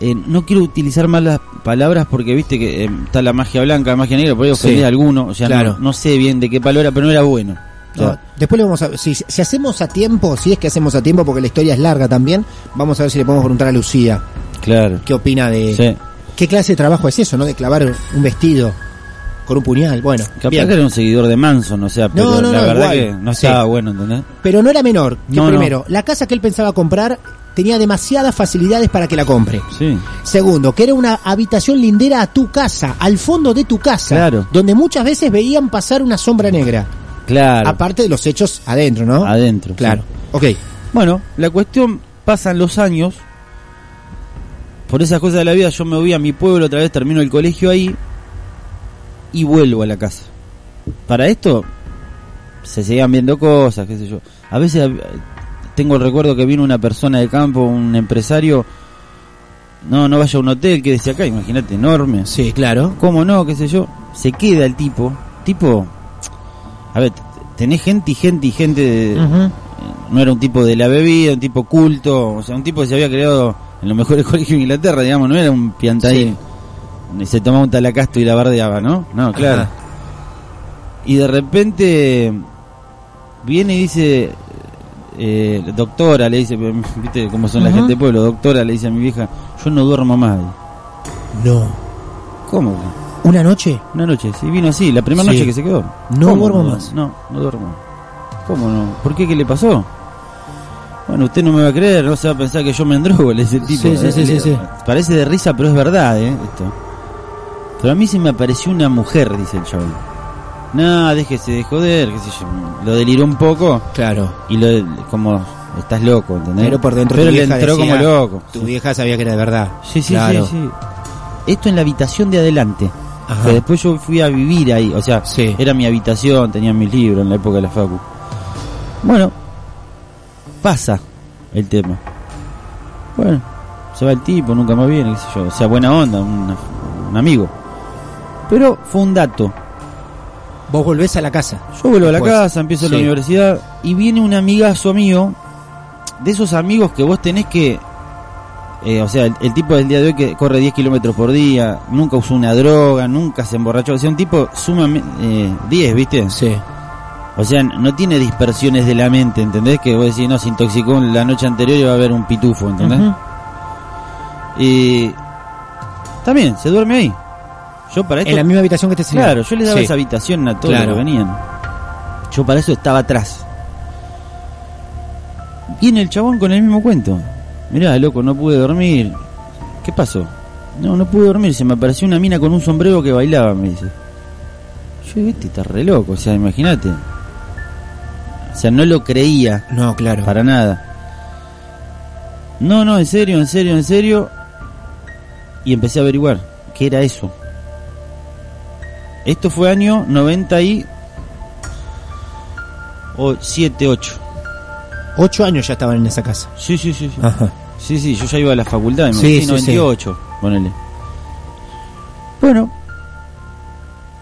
E: eh, no quiero utilizar malas palabras porque viste que eh, está la magia blanca, la magia negra, por ahí
D: Sí.
E: ofendí a alguno, o sea, no-
D: Claro.
E: no, sé bien de qué palabra, pero no era bueno. Ah, O sea,
D: No, después le vamos a. Si, si hacemos a tiempo, si es que hacemos a tiempo, porque la historia es larga también, vamos a ver si le podemos preguntar a Lucía
E: claro.
D: qué opina de.
E: Sí.
D: ¿Qué clase de trabajo es eso, no? De clavar un vestido con un puñal. Bueno,
E: Capaz
D: bien.
E: que era un seguidor de Manson, o sea, pero
D: no,
E: la
D: no,
E: verdad
D: igual.
E: que no
D: Sí.
E: estaba bueno, ¿entendés?
D: Pero no era menor. Que
E: No, no.
D: primero, la casa que él pensaba comprar tenía demasiadas facilidades para que la compre.
E: Sí.
D: Segundo, que era una habitación lindera a tu casa, al fondo de tu casa,
E: Claro.
D: donde muchas veces veían pasar una sombra negra,
E: Claro.
D: aparte de los hechos adentro, ¿no?
E: Adentro.
D: Claro.
E: sí.
D: Ok.
E: Bueno, la cuestión pasan los años. Por esas cosas de la vida yo me voy a mi pueblo otra vez, termino el colegio ahí y vuelvo a la casa. Para esto se seguían viendo cosas, qué sé yo. A veces eh, tengo el recuerdo que vino una persona de campo, un empresario, no, no vaya a un hotel, que decía acá, imagínate, enorme.
F: Sí, claro.
E: ¿Cómo no? ¿Qué sé yo? Se queda el tipo. Tipo. A ver, t- tenés gente y gente y gente. de- No era un tipo de la bebida, un tipo culto. O sea, un tipo que se había creado en los mejores colegios de Inglaterra, digamos. No era un piantadín. Y se tomaba un talacasto y la bardeaba, ¿no? No, claro.
D: Ajá.
E: Y de repente. Viene y dice. eh, doctora, le dice. ¿Viste cómo son la
D: Ujú.
E: gente de pueblo? Doctora, le dice a mi vieja. Yo no duermo más.
D: No.
E: ¿Cómo? que?
D: ¿Una noche?
E: Una noche, sí, vino así, la primera
D: Sí.
E: noche que se quedó.
D: No
E: ¿Cómo
D: duermo
E: no?
D: más.
E: No, no duermo. ¿Cómo no? ¿Por qué? ¿Qué le pasó? Bueno, usted no me va a creer, no se va a pensar que yo me endrogo, le dice el tipo.
F: Sí, sí, sí,
E: Eh,
F: sí,
E: le-
F: sí.
E: Parece de risa, pero es verdad, ¿eh? Esto. Pero a mí se me apareció una mujer, dice el chaval. No, déjese de joder, qué sé yo. Lo deliró un poco
D: Claro.
E: y lo, como, estás loco, ¿entendés?
D: Pero por dentro
E: Pero
D: tu
E: le
D: vieja
E: entró
D: decía,
E: como loco.
D: Tu vieja sabía que era de verdad.
E: Sí, sí,
D: Claro.
E: sí, sí. Esto en la habitación de adelante.
D: Ajá.
E: Que después yo fui a vivir ahí, o sea,
D: Sí.
E: era mi habitación, tenía mis libros en la época de la facu. Bueno, pasa el tema. Bueno, se va el tipo, nunca más viene, qué sé yo. O sea, buena onda, un, un amigo. Pero fue un dato.
F: Vos volvés a la casa.
E: Yo vuelvo a la
F: Después.
E: casa, empiezo
F: Sí.
E: la universidad y viene un amigazo mío, de esos amigos que vos tenés que. eh, o sea, el, el tipo del día de hoy que corre 10 kilómetros por día, nunca usó una droga, nunca se emborrachó. O sea, un tipo sumamente. eh, 10, ¿viste?
F: Sí.
E: O sea, no tiene dispersiones de la mente, ¿entendés? Que vos decís, no, se intoxicó la noche anterior y va a haber un pitufo, ¿entendés?
F: Ujú.
E: Y. También, se duerme ahí. Yo para esto.
F: En la misma habitación que este señor.
E: Claro, yo le daba
F: Sí.
E: esa habitación a todos
F: Claro.
E: los que venían. Yo para eso estaba atrás. Viene el chabón con el mismo cuento. Mirá, loco, no pude dormir. ¿Qué pasó? No, no pude dormir. Se me apareció una mina con un sombrero que bailaba, me dice. Yo digo, este está re loco, o sea, imagínate. O sea, no lo creía
F: No, claro.
E: para nada. No, no, en serio, en serio, en serio. Y empecé a averiguar qué era eso. Esto fue año 90 y... o- siete, ocho.
F: Ocho años ya estaban en esa casa.
E: Sí, sí, sí.
D: Ah.
E: Sí,
F: Ajá.
E: sí, sí, yo ya iba a la facultad, me
F: Sí,
E: sí,
F: sí,
E: 98, ponele. Bueno,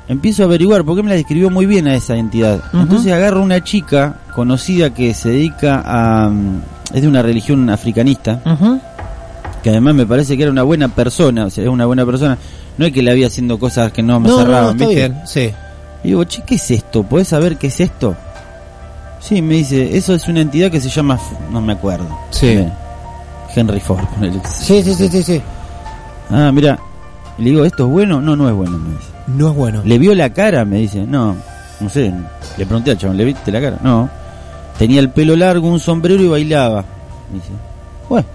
E: empiezo a averiguar, porque me la describió muy bien a esa entidad.
F: Ujú.
E: Entonces agarro una chica conocida que se dedica a... mm, es de una religión africanista, que además me parece que era una buena persona, o sea, es una buena persona. No es que le había haciendo cosas que no me
F: No, no, no,
E: cerraban,
F: está
E: ¿viste?
F: bien. Sí.
E: Y digo, che, ¿qué es esto? ¿Podés saber qué es esto? Sí, me dice, eso es una entidad que se llama, F- no me acuerdo.
F: Sí.
E: Eh, Henry Ford. ponele.
F: Sí, sí, sí, sí, sí.
E: Ah, mira, le digo, ¿esto es bueno? No, no es bueno, me dice.
F: No es bueno.
E: ¿Le vio la cara? Me dice, no, no sé. Le pregunté al chabón, ¿le viste la cara? No. Tenía el pelo largo, un sombrero y bailaba. Me dice, bueno,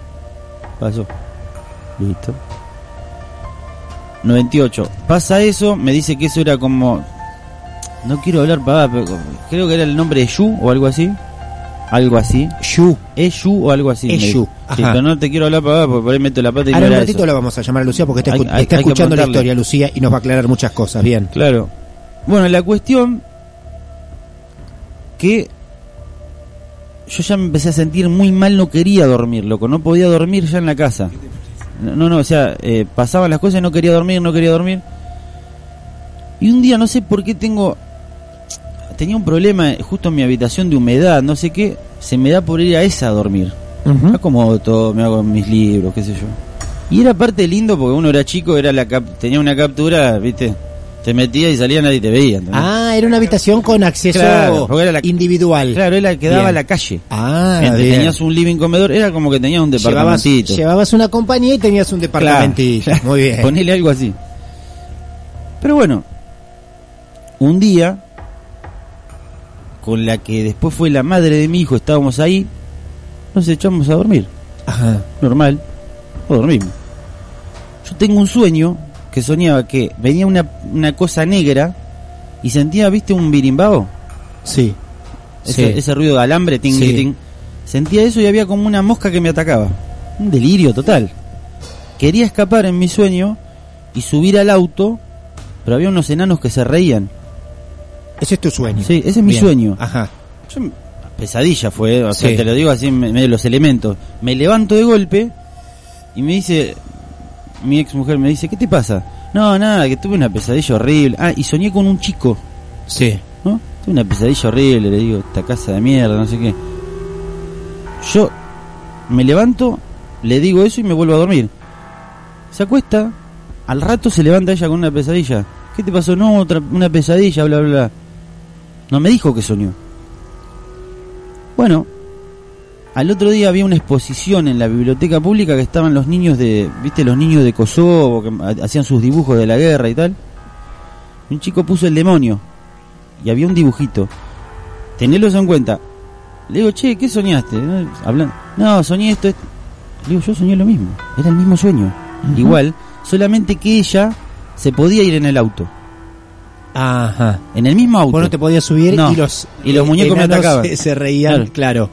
E: pasó. Listo. 98. Pasa eso, me dice que eso era como... No quiero hablar pavada, pero creo que era el nombre de Yu o algo así. Algo así.
F: Yu.
E: Es Yu o algo así.
F: Es
E: me dice.
F: Yu,
E: Sí,
F: ajá.
E: pero no te quiero hablar pavada porque por ahí meto la pata y no
F: Ahora un
E: era
F: ratito
E: eso.
F: la vamos a llamar a Lucía porque está,
E: Hay-
F: escu- está
E: hay- hay que
F: escuchando la
E: preguntarle.
F: historia, Lucía, y nos va a aclarar muchas cosas. Bien.
E: Claro. Bueno, la cuestión que yo ya me empecé a sentir muy mal, no quería dormir, loco, no podía dormir ya en la casa. No, no, no, o sea, eh, pasaban las cosas y no quería dormir, no quería dormir. Y un día no sé por qué tengo tenía un problema eh, justo en mi habitación de humedad, no sé qué, se me da por ir a esa a dormir. Me acomodo todo, me hago mis libros, qué sé yo. Y era parte lindo porque uno era chico, era la cap- tenía una captura, ¿viste? Te metía y salía nadie te veía. ¿entendés?
F: Ah, era una habitación con acceso
E: Claro, porque era la-
F: individual.
E: Claro, era la que daba
F: Bien.
E: a la calle.
F: Ah,
E: Entre-
F: bien.
E: tenías un living comedor, era como que tenías un
F: llevabas,
E: departamentito.
F: llevabas una compañía y tenías un departamentito.
E: Claro.
F: Muy bien.
E: Ponele algo así. Pero bueno, un día, con la que después fue la madre de mi hijo, estábamos ahí, nos echamos a dormir.
F: Ajá.
E: normal, o dormimos. Yo tengo un sueño que soñaba que venía una, una cosa negra y sentía, ¿viste? Un birimbao.
F: Sí.
E: Ese,
F: Sí.
E: ese ruido de alambre, ting,
F: Sí.
E: ting. Sentía eso y había como una mosca que me atacaba. Un delirio total. Quería escapar en mi sueño y subir al auto, pero había unos enanos que se reían.
F: Ese es tu sueño.
E: Sí, ese es mi
F: Bien.
E: sueño.
F: Ajá.
E: Yo- pesadilla fue, eh, o sea,
F: Sí.
E: te lo digo así en medio de los elementos. Me levanto de golpe y me dice, mi ex mujer me dice, ¿qué te pasa? No, nada, que tuve una pesadilla horrible. Ah, y soñé con un chico,
F: Sí.
E: ¿no? Tuve una pesadilla horrible, le digo, esta casa de mierda, no sé qué. Yo me levanto, le digo eso y me vuelvo a dormir. Se acuesta, al rato se levanta ella con una pesadilla. ¿Qué te pasó? No, otra, una pesadilla, bla, bla, bla. No me dijo que soñó. Bueno, al otro día había una exposición en la biblioteca pública que estaban los niños de, viste, los niños de Kosovo, que ha- hacían sus dibujos de la guerra y tal. Un chico puso el demonio y había un dibujito. Tenelo eso en cuenta. Le digo, che, ¿qué soñaste? No, Hablan, no, soñé esto, esto". Le digo, yo soñé lo mismo. Era el mismo sueño. Igual, solamente que ella se podía ir en el auto.
F: Ajá.
E: En el mismo auto.
F: Vos no te podías subir
E: No.
F: y los,
E: Y los muñecos me
F: enanos
E: atacaban.
F: Se, se reían, claro.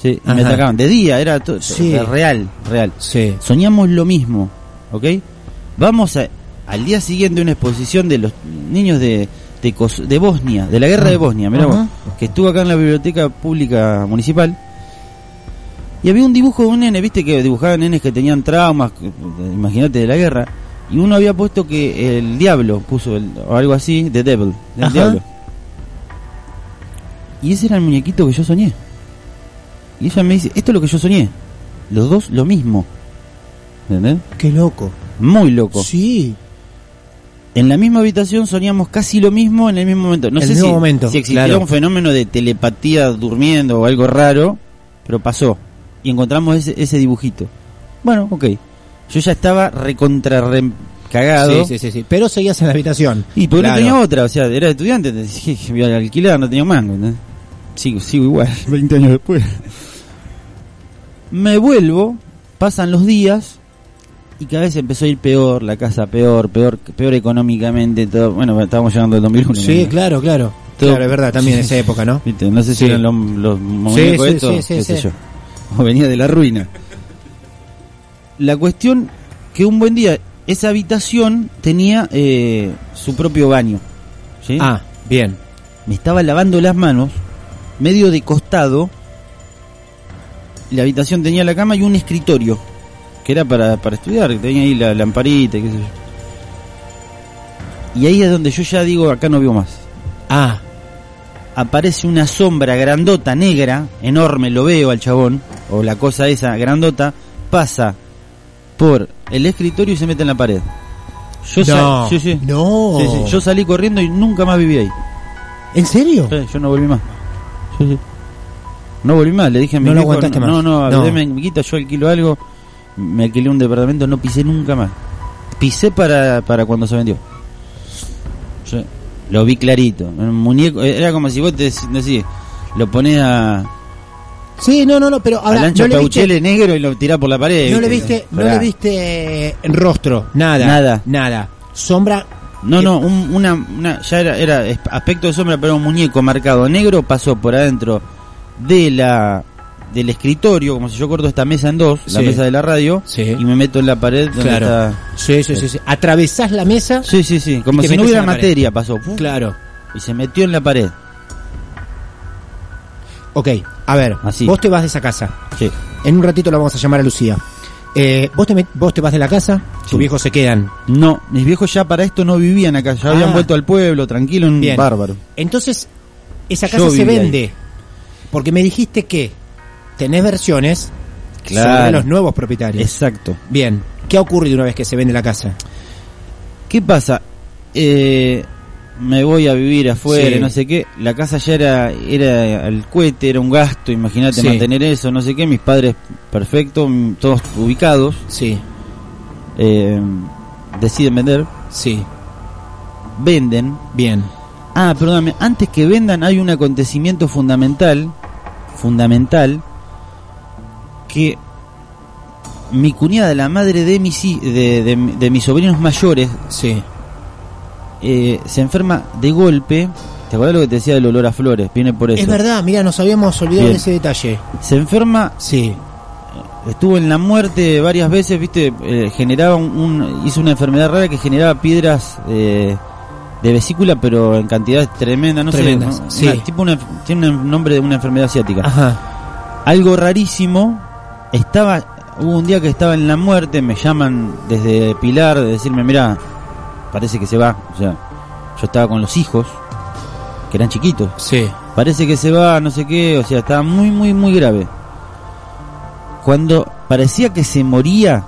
E: Sí, y me
F: Ajá.
E: atacaban. De día, era todo.
F: Sí.
E: Real, real.
F: Sí.
E: Soñamos lo mismo, ¿ok? Vamos a- al día siguiente una exposición de los niños de, de, Kos- de Bosnia, de la guerra de Bosnia, mirá vos,
F: Ajá.
E: que estuvo acá en la biblioteca pública municipal. Y había un dibujo de un nene, viste que dibujaban nenes que tenían traumas, que- eh, imagínate de la guerra. Y uno había puesto que el diablo, puso el- o algo así, The Devil, del
F: Ajá.
E: diablo. y ese era el muñequito que yo soñé. Y ella me dice, esto es lo que yo soñé. Los dos lo mismo. ¿Entendés?
D: Qué loco.
E: Muy loco.
D: Sí.
E: En la misma habitación soñamos casi lo mismo en el mismo momento. No
F: El
E: sé
F: mismo
E: si,
F: momento,
E: si existiera
F: claro.
E: un fenómeno de telepatía durmiendo o algo raro, pero pasó. Y encontramos ese, ese dibujito. Bueno, ok. Yo ya estaba recontra re cagado.
F: Sí, sí, sí, sí.
D: Pero seguías en la habitación.
E: Y por
F: Claro.
E: no tenía otra, o sea, era estudiante, te dije, "Je, voy a alquilar, no tenía mango. ¿no? Sigo, sigo igual, 20 años después. Me vuelvo, pasan los días y cada vez empezó a ir peor, la casa peor, peor, peor económicamente, todo. Bueno, estábamos llegando al 2001.
F: Sí,
E: ¿no?
F: claro, claro.
E: Todo-
F: Claro, es verdad, también esa época, ¿no?
E: Viste, No sé si
F: Sí.
E: eran los, los muñecos
F: sí,
E: estos,
F: sí, sí,
E: qué sé
F: sí.
E: yo. O venía de la ruina. La cuestión que un buen día esa habitación tenía eh, su propio baño. ¿sí?
F: Ah, bien.
E: me estaba lavando las manos, medio de costado. La habitación tenía la cama y un escritorio, que era para, para estudiar, que tenía ahí la lamparita, y qué sé yo. Y ahí es donde yo ya digo, acá no veo más.
F: Ah,
E: Aparece una sombra grandota, negra, enorme, lo veo al chabón, o la cosa esa, grandota, pasa por el escritorio y se mete en la pared. Yo,
F: No,
E: sal- sí, sí.
D: No.
E: Sí, sí. yo salí corriendo y nunca más viví ahí.
D: ¿En serio?
E: Sí, yo no volví más. No volví más, le dije a mi
F: No lo
E: viejo,
F: aguantaste
E: no,
F: más.
E: No, no,
F: No.
E: deme mi guita, yo alquilo algo. Me alquilé un departamento, no pisé nunca más. Pisé para, para cuando se vendió. Yo lo vi clarito. Un muñeco, era como si vos te decís, lo ponés a,
D: Sí, no, no, no, pero
E: al
D: ahora
E: ancho
D: no le viste,
E: Pauchele negro y lo tirás por la pared.
F: no le viste, no
E: eh, Pará.
F: le viste eh, rostro, nada,
E: Nada.
F: nada.
D: sombra
E: No, no, un- una, una- ya era, era es- aspecto de sombra, pero un muñeco marcado negro pasó por adentro de la del escritorio, como si yo corto esta mesa en dos, la
F: Sí.
E: mesa de la radio,
F: Sí.
E: y me meto en la pared donde
F: Claro.
E: está...
F: Sí, sí, sí, sí. Atravesás la mesa.
E: Sí, sí, sí, como
F: te
E: si no
F: metes
E: hubiera
F: en la pared.
E: materia, pasó, ¡pum!
F: Claro.
E: y se metió en la pared.
D: Ok,
F: A ver,
E: Así.
F: vos te vas de esa casa.
E: Sí.
F: En un ratito la vamos a llamar a Lucía. Eh, vos, te met- vos te vas de la casa,
E: Sí.
F: tus viejos se quedan.
E: No, mis viejos ya para esto no vivían acá, ya
F: Ah.
E: habían vuelto al pueblo, tranquilo, un
F: Bien.
E: bárbaro.
F: Entonces, esa
E: Yo
F: casa se
E: viví ahí.
F: vende. Porque me dijiste que tenés versiones sobre
E: Claro.
F: los nuevos propietarios.
E: Exacto.
F: Bien. ¿Qué ha ocurrido una vez que se vende la casa?
E: ¿Qué pasa? Eh, me voy a vivir afuera,
F: Sí.
E: no sé qué. La casa ya era era al cohete, era un gasto, imagínate
F: Sí.
E: mantener eso, no sé qué. Mis padres, perfecto, mm, todos ubicados,
F: Sí,
E: eh, deciden vender,
F: sí.
E: venden.
F: Bien.
E: Ah, perdóname, antes que vendan hay un acontecimiento fundamental, fundamental, que mi cuñada, la madre de mis, hi- de- de- de mis sobrinos mayores,
F: Sí.
E: eh, se enferma de golpe. ¿Te acuerdas lo que te decía del olor a flores? Viene por eso.
F: Es verdad, mira, nos habíamos olvidado
E: Bien.
F: de ese detalle.
E: Se enferma,
F: Sí,
E: estuvo en la muerte varias veces, viste, Eh, generaba un, un- hizo una enfermedad rara que generaba piedras eh, de vesícula, pero en cantidades tremendas, no
F: Tremendas,
E: sé, ¿no?
F: sí.
E: Una- tipo una- tiene un nombre de una enfermedad asiática.
F: ajá.
E: Algo rarísimo. Estaba, hubo un día que estaba en la muerte, me llaman desde Pilar de decirme, mira, parece que se va, o sea, yo estaba con los hijos que eran chiquitos.
F: Sí,
E: Parece que se va, no sé qué, o sea, estaba muy, muy, muy grave. Cuando parecía que se moría,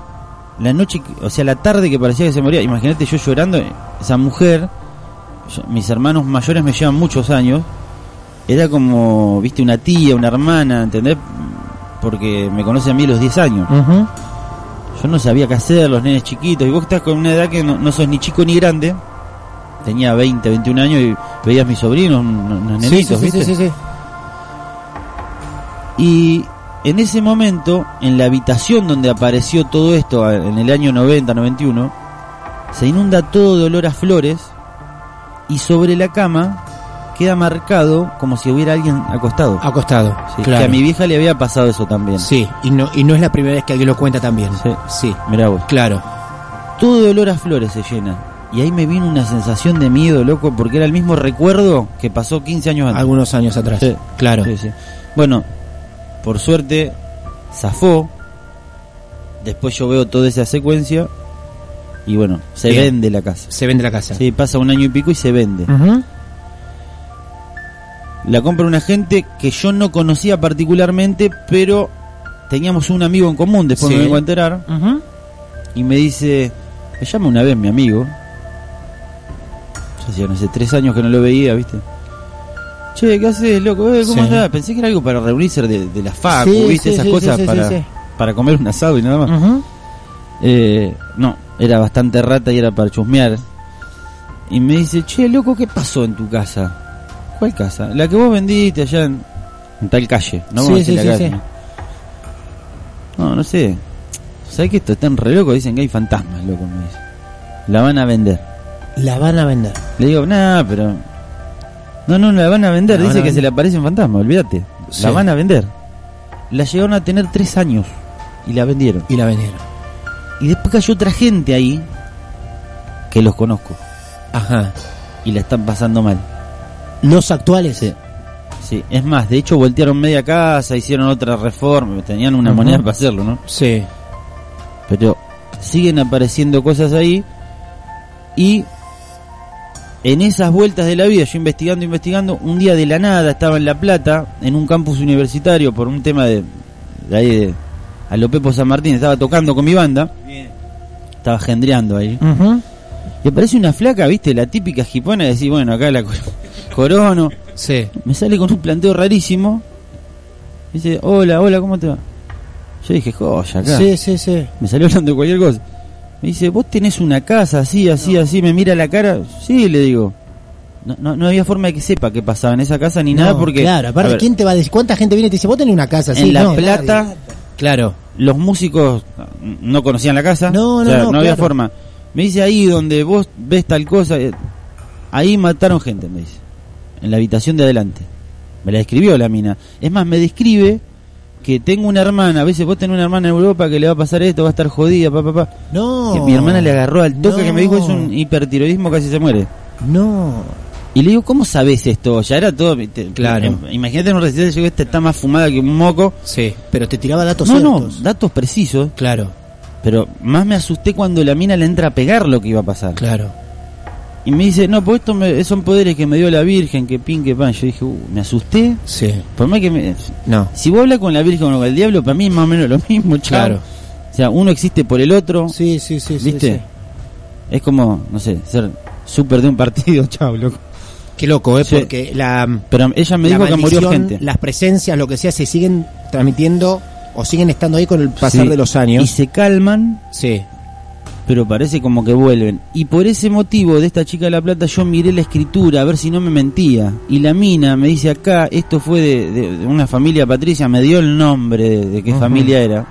E: la noche, que- o sea, la tarde que parecía que se moría, imagínate yo llorando, esa mujer, yo- mis hermanos mayores me llevan muchos años, era como, viste, una tía, una hermana, ¿entendés? Porque me conoce a mí a los 10 años.
F: Ujú.
E: Yo no sabía qué hacer, los nenes chiquitos, y vos estás con una edad que no, no sos ni chico ni grande. Tenía 20, 21 años y veías mis sobrinos, unos unos
F: sí,
E: nenitos,
F: sí, sí,
E: ¿viste?
F: sí, sí, sí.
E: Y en ese momento, en la habitación donde apareció todo esto, a- en el año 90, 91, se inunda todo de olor a flores y sobre la cama queda marcado como si hubiera alguien acostado.
F: Acostado,
E: Sí, Que a
F: Ah, claro.
E: mi vieja le había pasado eso también.
F: Sí, y no, y no es la primera vez que alguien lo cuenta también.
E: Sí.
F: sí.
E: Mirá vos.
F: claro.
E: Todo de olor a flores se llena. Y ahí me vino una sensación de miedo, loco, porque era el mismo recuerdo que pasó 15 años antes.
F: Algunos años atrás.
E: Sí.
F: Claro.
E: Sí, sí. Bueno, por suerte, zafó. Después yo veo toda esa secuencia. Y bueno, se
F: Bien.
E: vende la casa.
F: Se vende la casa.
D: Mm.
E: Sí, pasa un año y pico y se vende.
F: Ujú.
E: La compra una gente que yo no conocía particularmente, pero teníamos un amigo en común, después
D: Sí.
E: me vengo a enterar. y me dice, me llama una vez mi amigo, yo hacía, no sé, tres años que no lo veía, ¿viste? Che, ¿qué haces, loco? Eh, ¿Cómo
D: Sí.
E: andás? Pensé que era algo para reunirse de, de la facu,
D: Sí,
E: ¿viste?
D: sí,
E: Esas
D: sí,
E: cosas
D: sí, sí,
E: para,
D: sí, sí.
E: para comer un asado y nada más.
D: Ujú.
E: Eh, no, era bastante rata y era para chusmear. Y me dice, che, loco, ¿qué pasó en tu casa? ¿Cuál casa? La que vos vendiste allá en, en tal calle. No vamos a
D: Sí,
E: decir
D: sí,
E: la
D: sí,
E: calle. No, no sé. ¿Sabés que esto está en re loco? Dicen que hay fantasmas, loco, me dice. La van a vender.
D: La van a vender.
E: Le digo, nah, pero... No, no, la van a vender.
D: La van
E: Dice
D: a
E: que
D: vend-
E: se le aparece un fantasma, olvídate.
D: Sí.
E: La van a vender. La llegaron a tener tres años y la vendieron.
D: Y la vendieron.
E: Y después cayó otra gente ahí que los conozco
D: Ajá.
E: y la están pasando mal.
D: Los actuales.
E: Sí, es más, de hecho voltearon media casa, hicieron otra reforma, tenían una
D: Ujú.
E: manera para hacerlo, ¿no?
D: Sí.
E: Pero siguen apareciendo cosas ahí y en esas vueltas de la vida, yo investigando, investigando, un día de la nada estaba en La Plata, en un campus universitario por un tema de, de ahí de a lo Pepo San Martín, estaba tocando con mi banda. Estaba gendreando ahí.
D: Ujú.
E: Y aparece una flaca, viste, la típica jipona de decir, bueno, acá la cor- corono.
D: Sí.
E: Me sale con un planteo rarísimo. Me dice, hola, hola, ¿cómo te va? Yo dije, joya, acá.
D: Sí, sí, sí.
E: Me salió hablando de cualquier cosa. Me dice, vos tenés una casa así, así, así. Me mira la cara. Sí, le digo. No, no, no había forma de que sepa qué pasaba en esa casa ni nada
D: No,
E: porque...
G: Claro, aparte,
E: a ver,
G: ¿quién te va a decir? ¿Cuánta gente viene y te dice, vos tenés una casa así?
E: en La
G: no,
E: Plata...
D: Claro.
E: los músicos mm, no conocían la casa.
G: No, no,
E: o sea,
G: no,
E: había
G: claro.
E: forma. Me dice ahí donde vos ves tal cosa, eh, ahí mataron gente, me dice. En la habitación de adelante. Me la describió la mina. Es más, me describe que tengo una hermana, a veces vos tenés una hermana en Europa que le va a pasar esto, va a estar jodida, papá, papá.
G: No.
D: eh,
E: Que mi hermana le agarró al toque que me dijo
G: No.
E: es un hipertiroidismo, casi se muere.
G: No.
E: Y le digo, ¿cómo sabes esto? Ya era todo. viste,
D: Claro.
E: eh, Imagínate en un residencia, yo digo, esta está más fumada que un moco.
D: Sí.
G: Pero te tiraba datos
E: No, no,
G: ciertos.
E: datos precisos.
D: Claro.
E: Pero más me asusté cuando la mina le entra a pegar lo que iba a pasar.
D: Claro.
E: Y me dice, no, pues estos me- son poderes que me dio la Virgen, que pin, que pan. Yo dije, "Uh, me asusté.
D: Sí.
E: Por más que me-
D: No.
E: Si vos hablas con la Virgen o con el diablo, para mí es más o menos lo mismo, chao.
D: Claro.
E: O sea, uno existe por el otro,
G: Sí, sí, sí. sí,
E: ¿viste?
G: sí.
E: Es como, no sé, ser súper de un partido, chao, loco.
D: Qué loco, ¿eh?
E: Sí.
D: Porque la,
E: Pero ella me
D: la
E: dijo que murió
D: maldición,
E: gente.
D: Las presencias, lo que sea, se siguen transmitiendo o siguen estando ahí con el pasar
E: Sí.
D: de los
E: Y
D: años.
E: se calman,
D: Sí.
E: pero parece como que vuelven. Y por ese motivo de esta chica de La Plata yo miré la escritura a ver si no me mentía. Y la mina me dice acá, esto fue de, de- de una familia Patricia, me dio el nombre de, de qué
D: Ujú.
E: familia era,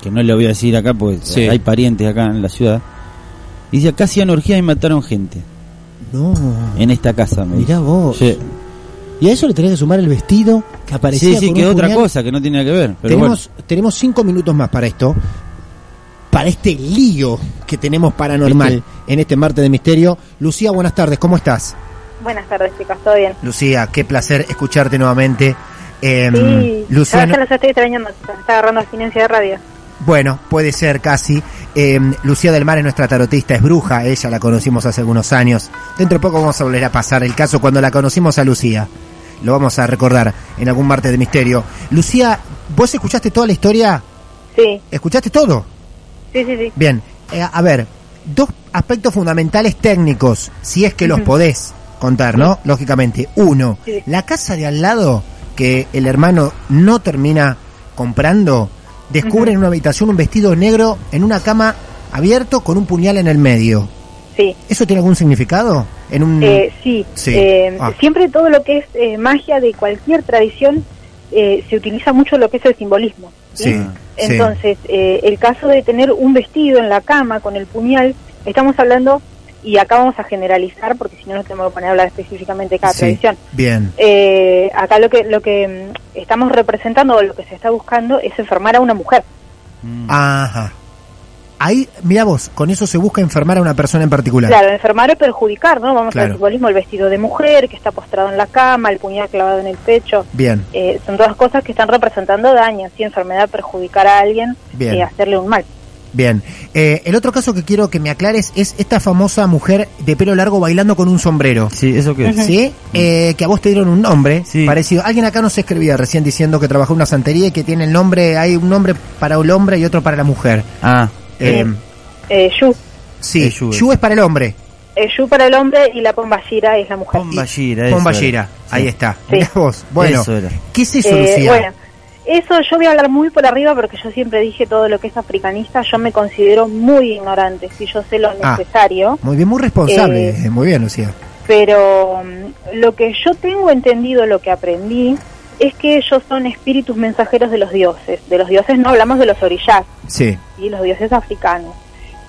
E: que no le voy a decir acá porque
D: Sí.
E: hay parientes acá en la ciudad. Y dice, acá hacían orgías y mataron gente
G: No.
D: Eh,
E: en esta casa. Me
G: Mirá
E: dice.
G: vos.
E: Sí.
G: Y a eso le tenés que sumar el vestido que aparecía
E: Sí, sí,
G: con
E: que
G: un
E: otra
G: puñal.
E: cosa que no tiene nada que ver. Pero
D: tenemos, tenemos cinco minutos más para esto. Para este lío que tenemos paranormal en este martes de misterio. Lucía, buenas tardes, ¿cómo estás?
H: Buenas tardes, chicas, ¿todo bien?
D: Lucía, qué placer escucharte nuevamente. Eh,
H: Sí,
D: Lucía,
H: ahora ya los estoy extrañando, chicas, está agarrando abstinencia de radio.
D: Bueno, puede ser casi. Eh, Lucía del Mar es nuestra tarotista, es bruja, ella la conocimos hace algunos años. Dentro de poco vamos a volver a pasar el caso cuando la conocimos a Lucía. Lo vamos a recordar en algún martes de misterio. Lucía, ¿vos escuchaste toda la historia?
H: Sí,
D: ¿Escuchaste todo?
H: sí, sí, sí.
D: Bien, eh, a ver, dos aspectos fundamentales técnicos, si es que los podés contar, ¿no? Lógicamente. Uno,
H: Sí.
D: la casa de al lado que el hermano no termina comprando, descubre en una habitación un vestido negro en una cama abierto con un puñal en el medio.
H: sí.
D: ¿Eso tiene algún significado? En un...
H: Eh, sí,
D: Em, Sí.
H: eh,
D: Ah.
H: siempre todo lo que es eh, magia de cualquier tradición eh, se utiliza mucho lo que es el simbolismo. ¿sí?
D: Sí, sí.
H: Entonces, eh, el caso de tener un vestido en la cama con el puñal, estamos hablando, y acá vamos a generalizar, porque si no nos tenemos que poner a hablar específicamente de cada
D: Sí.
H: tradición.
D: Bien.
H: Eh, acá lo que, lo que mm, estamos representando o lo que se está buscando es enfermar a una mujer.
E: bueno. Mm.
D: Ajá. Ahí, mira vos, con eso se busca enfermar a una persona en particular.
H: Claro, enfermar o perjudicar, ¿no? Vamos
D: Claro.
H: al simbolismo, el vestido de mujer que está postrado en la cama, el puñal clavado en el pecho.
D: Bien,
H: Eh, son todas cosas que están representando daño, sí, enfermedad, perjudicar a alguien,
D: Bien.
H: eh, hacerle un mal.
D: Bien. Eh, el otro caso que quiero que me aclares es esta famosa mujer de pelo largo bailando con un sombrero.
E: Sí, eso que es.
D: ¿Sí? Eh, que a vos te dieron un nombre
E: Mm. Sí.
D: parecido. Alguien acá nos escribía recién diciendo que trabajó en una santería y que tiene el nombre, hay un nombre para el hombre y otro para la mujer.
E: Ah,
D: Eh,
H: Eh, Yu.
D: sí,
E: Es Yu.
D: Yu es para el hombre.
H: Eh, Yu para el hombre y la pomba Shira es la mujer.
E: Pomba Gira. eso
D: Pomba
E: era.
D: Gira.
E: Sí.
D: Ahí está.
H: Sí.
D: Mirá vos. Bueno,
E: Eso era.
D: ¿qué es eso,
H: Eh,
D: Lucía?
H: bueno, eso yo voy a hablar muy por arriba porque yo siempre dije todo lo que es africanista, yo me considero muy ignorante, si yo sé lo
D: Ah.
H: necesario,
D: Muy bien, muy responsable.
H: Eh,
D: muy bien, Lucía.
H: pero mm, lo que yo tengo entendido, lo que aprendí, es que ellos son espíritus mensajeros de los dioses, de los dioses no hablamos de los orillas,
D: Sí.
H: y los dioses africanos.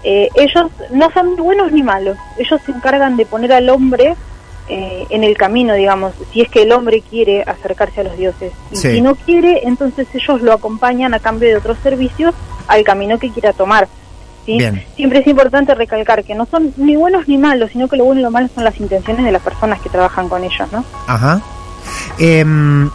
H: Eh, ellos no son ni buenos ni malos, ellos se encargan de poner al hombre eh, en el camino, digamos, si es que el hombre quiere acercarse a los dioses. Y
D: Sí.
H: si no quiere, entonces ellos lo acompañan a cambio de otros servicios al camino que quiera tomar. ¿sí?
D: Bien.
H: Siempre es importante recalcar que no son ni buenos ni malos, sino que lo bueno y lo malo son las intenciones de las personas que trabajan con ellos, ¿no?
D: Ajá. Em,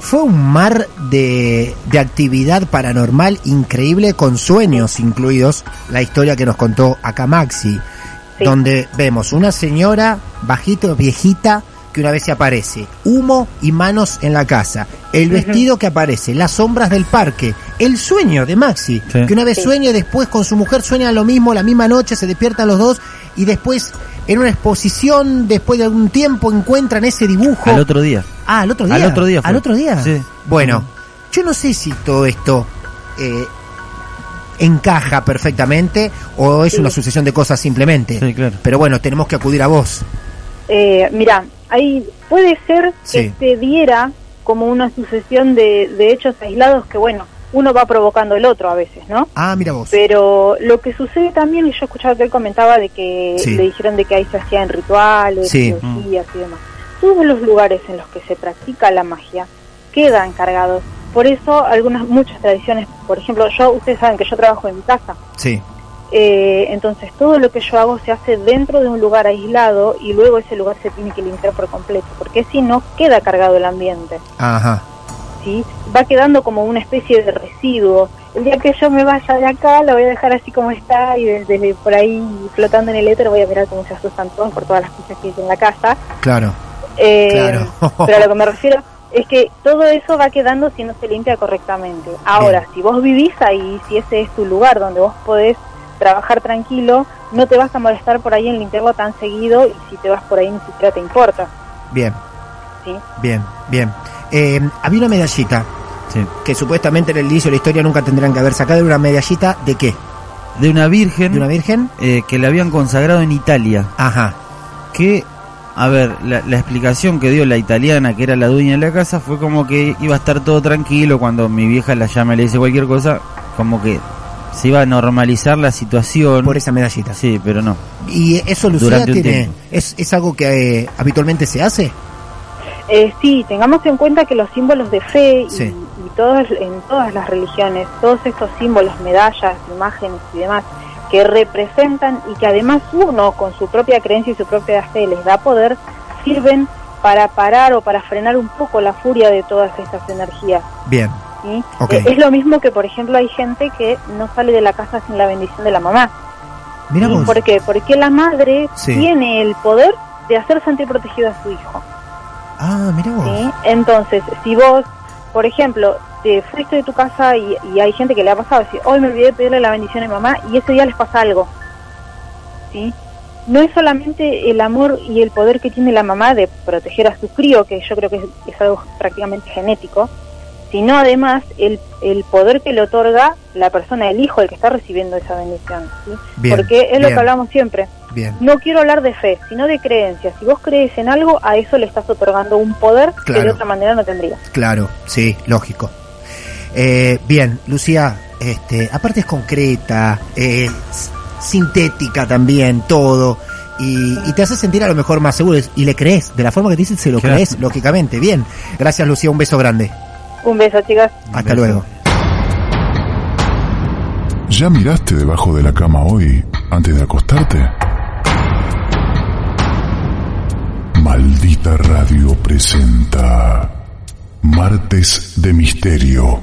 D: fue un mar de, de actividad paranormal increíble, con sueños incluidos, la historia que nos contó acá Maxi,
H: Sí.
D: donde vemos una señora bajito, viejita, que una vez se aparece, humo y manos en la casa, el vestido que aparece, las sombras del parque, el sueño de Maxi,
E: Sí.
D: que una vez
H: Sí.
D: sueña y después con su mujer sueña lo mismo, la misma noche, se despiertan los dos y después en una exposición, después de algún tiempo, encuentran ese dibujo.
E: Al otro día.
D: Ah, al otro día.
E: Al otro día fue.
D: Al otro día.
E: Sí.
D: Bueno, yo no sé si todo esto eh, encaja perfectamente o es
H: Sí.
D: una sucesión de cosas simplemente.
E: Sí, claro.
D: Pero bueno, tenemos que acudir a vos.
H: Eh, mira, ahí puede ser
D: Sí.
H: que se diera como una sucesión de, de hechos aislados que, bueno, uno va provocando el otro a veces, ¿no?
D: Ah, mira vos.
H: Pero lo que sucede también, y yo escuchaba que él comentaba de que
D: Sí.
H: le dijeron de que ahí se hacían rituales,
D: Sí.
H: teologías y demás. Todos los lugares en los que se practica la magia quedan cargados. Por eso algunas, muchas tradiciones, por ejemplo, yo, ustedes saben que yo trabajo en mi casa,
D: Sí.
H: eh, entonces todo lo que yo hago se hace dentro de un lugar aislado y luego ese lugar se tiene que limpiar por completo, porque si no queda cargado el ambiente,
D: Ajá.
H: ¿sí? Va quedando como una especie de residuo. El día que yo me vaya de acá la voy a dejar así como está y desde, desde por ahí flotando en el éter voy a mirar cómo se asustan todos por todas las cosas que hay en la casa.
D: Claro.
H: Eh,
D: Claro.
H: pero a lo que me refiero es que todo eso va quedando si no se limpia correctamente. Ahora, si vos vivís ahí, si ese es tu lugar donde vos podés trabajar tranquilo, no te vas a molestar por ahí en limpiarlo tan seguido y si te vas por ahí ni siquiera te importa.
D: Bien.
H: Sí.
D: Bien, bien. Eh, había una medallita
E: Sí.
D: que supuestamente en el inicio de la historia nunca tendrían que haber sacado. Era una medallita de qué?
E: De una virgen
D: ¿De una virgen?
E: eh, que la habían consagrado en Italia.
D: Ajá.
E: Que, a ver, la, la explicación que dio la italiana, que era la dueña de la casa, fue como que iba a estar todo tranquilo cuando mi vieja la llama y le dice cualquier cosa, como que se iba a normalizar la situación.
D: Por esa medallita.
E: Sí, pero no.
D: ¿Y eso, Lucía,
E: Durante un
D: tiene,
E: tiempo.
D: es, es algo que eh, habitualmente se hace?
H: Eh, sí, tengamos en cuenta que los símbolos de fe y,
D: Sí.
H: y todos en todas las religiones, todos estos símbolos, medallas, imágenes y demás que representan y que además uno con su propia creencia y su propia fe les da poder, sirven para parar o para frenar un poco la furia de todas estas energías.
D: Bien,
H: ¿sí?
D: Ok.
H: Eh, es lo mismo que, por ejemplo, hay gente que no sale de la casa sin la bendición de la mamá.
D: mira
H: ¿sí?
D: vos.
H: ¿Por qué? Porque la madre
D: Sí.
H: tiene el poder de hacer sentir protegido a su hijo.
D: Ah, mira vos.
H: ¿sí? Entonces, si vos, por ejemplo, te fuiste de tu casa y, y hay gente que le ha pasado, decir, hoy me olvidé de pedirle la bendición a mi mamá y ese día les pasa algo. ¿sí? No es solamente el amor y el poder que tiene la mamá de proteger a su crío, que yo creo que es, es algo prácticamente genético, sino además el, el poder que le otorga la persona, el hijo, el que está recibiendo esa bendición. ¿sí?
D: Bien,
H: Porque es lo que
D: bien.
H: hablamos siempre.
D: Bien,
H: No quiero hablar de fe, sino de creencias. Si vos crees en algo, a eso le estás otorgando un poder que de
D: Claro.
H: otra manera no tendría.
D: claro, sí, lógico. Eh, bien, Lucía, este, aparte es concreta, eh, s- sintética también, todo. Y, y te hace sentir a lo mejor más seguro. Y le crees, de la forma que te dicen, se lo
E: Claro.
D: crees, lógicamente. Bien, gracias, Lucía, un beso grande.
H: Un beso, chicas.
D: Hasta luego.
B: ¿Ya miraste debajo de la cama hoy antes de acostarte? Maldita Radio presenta Martes de Misterio.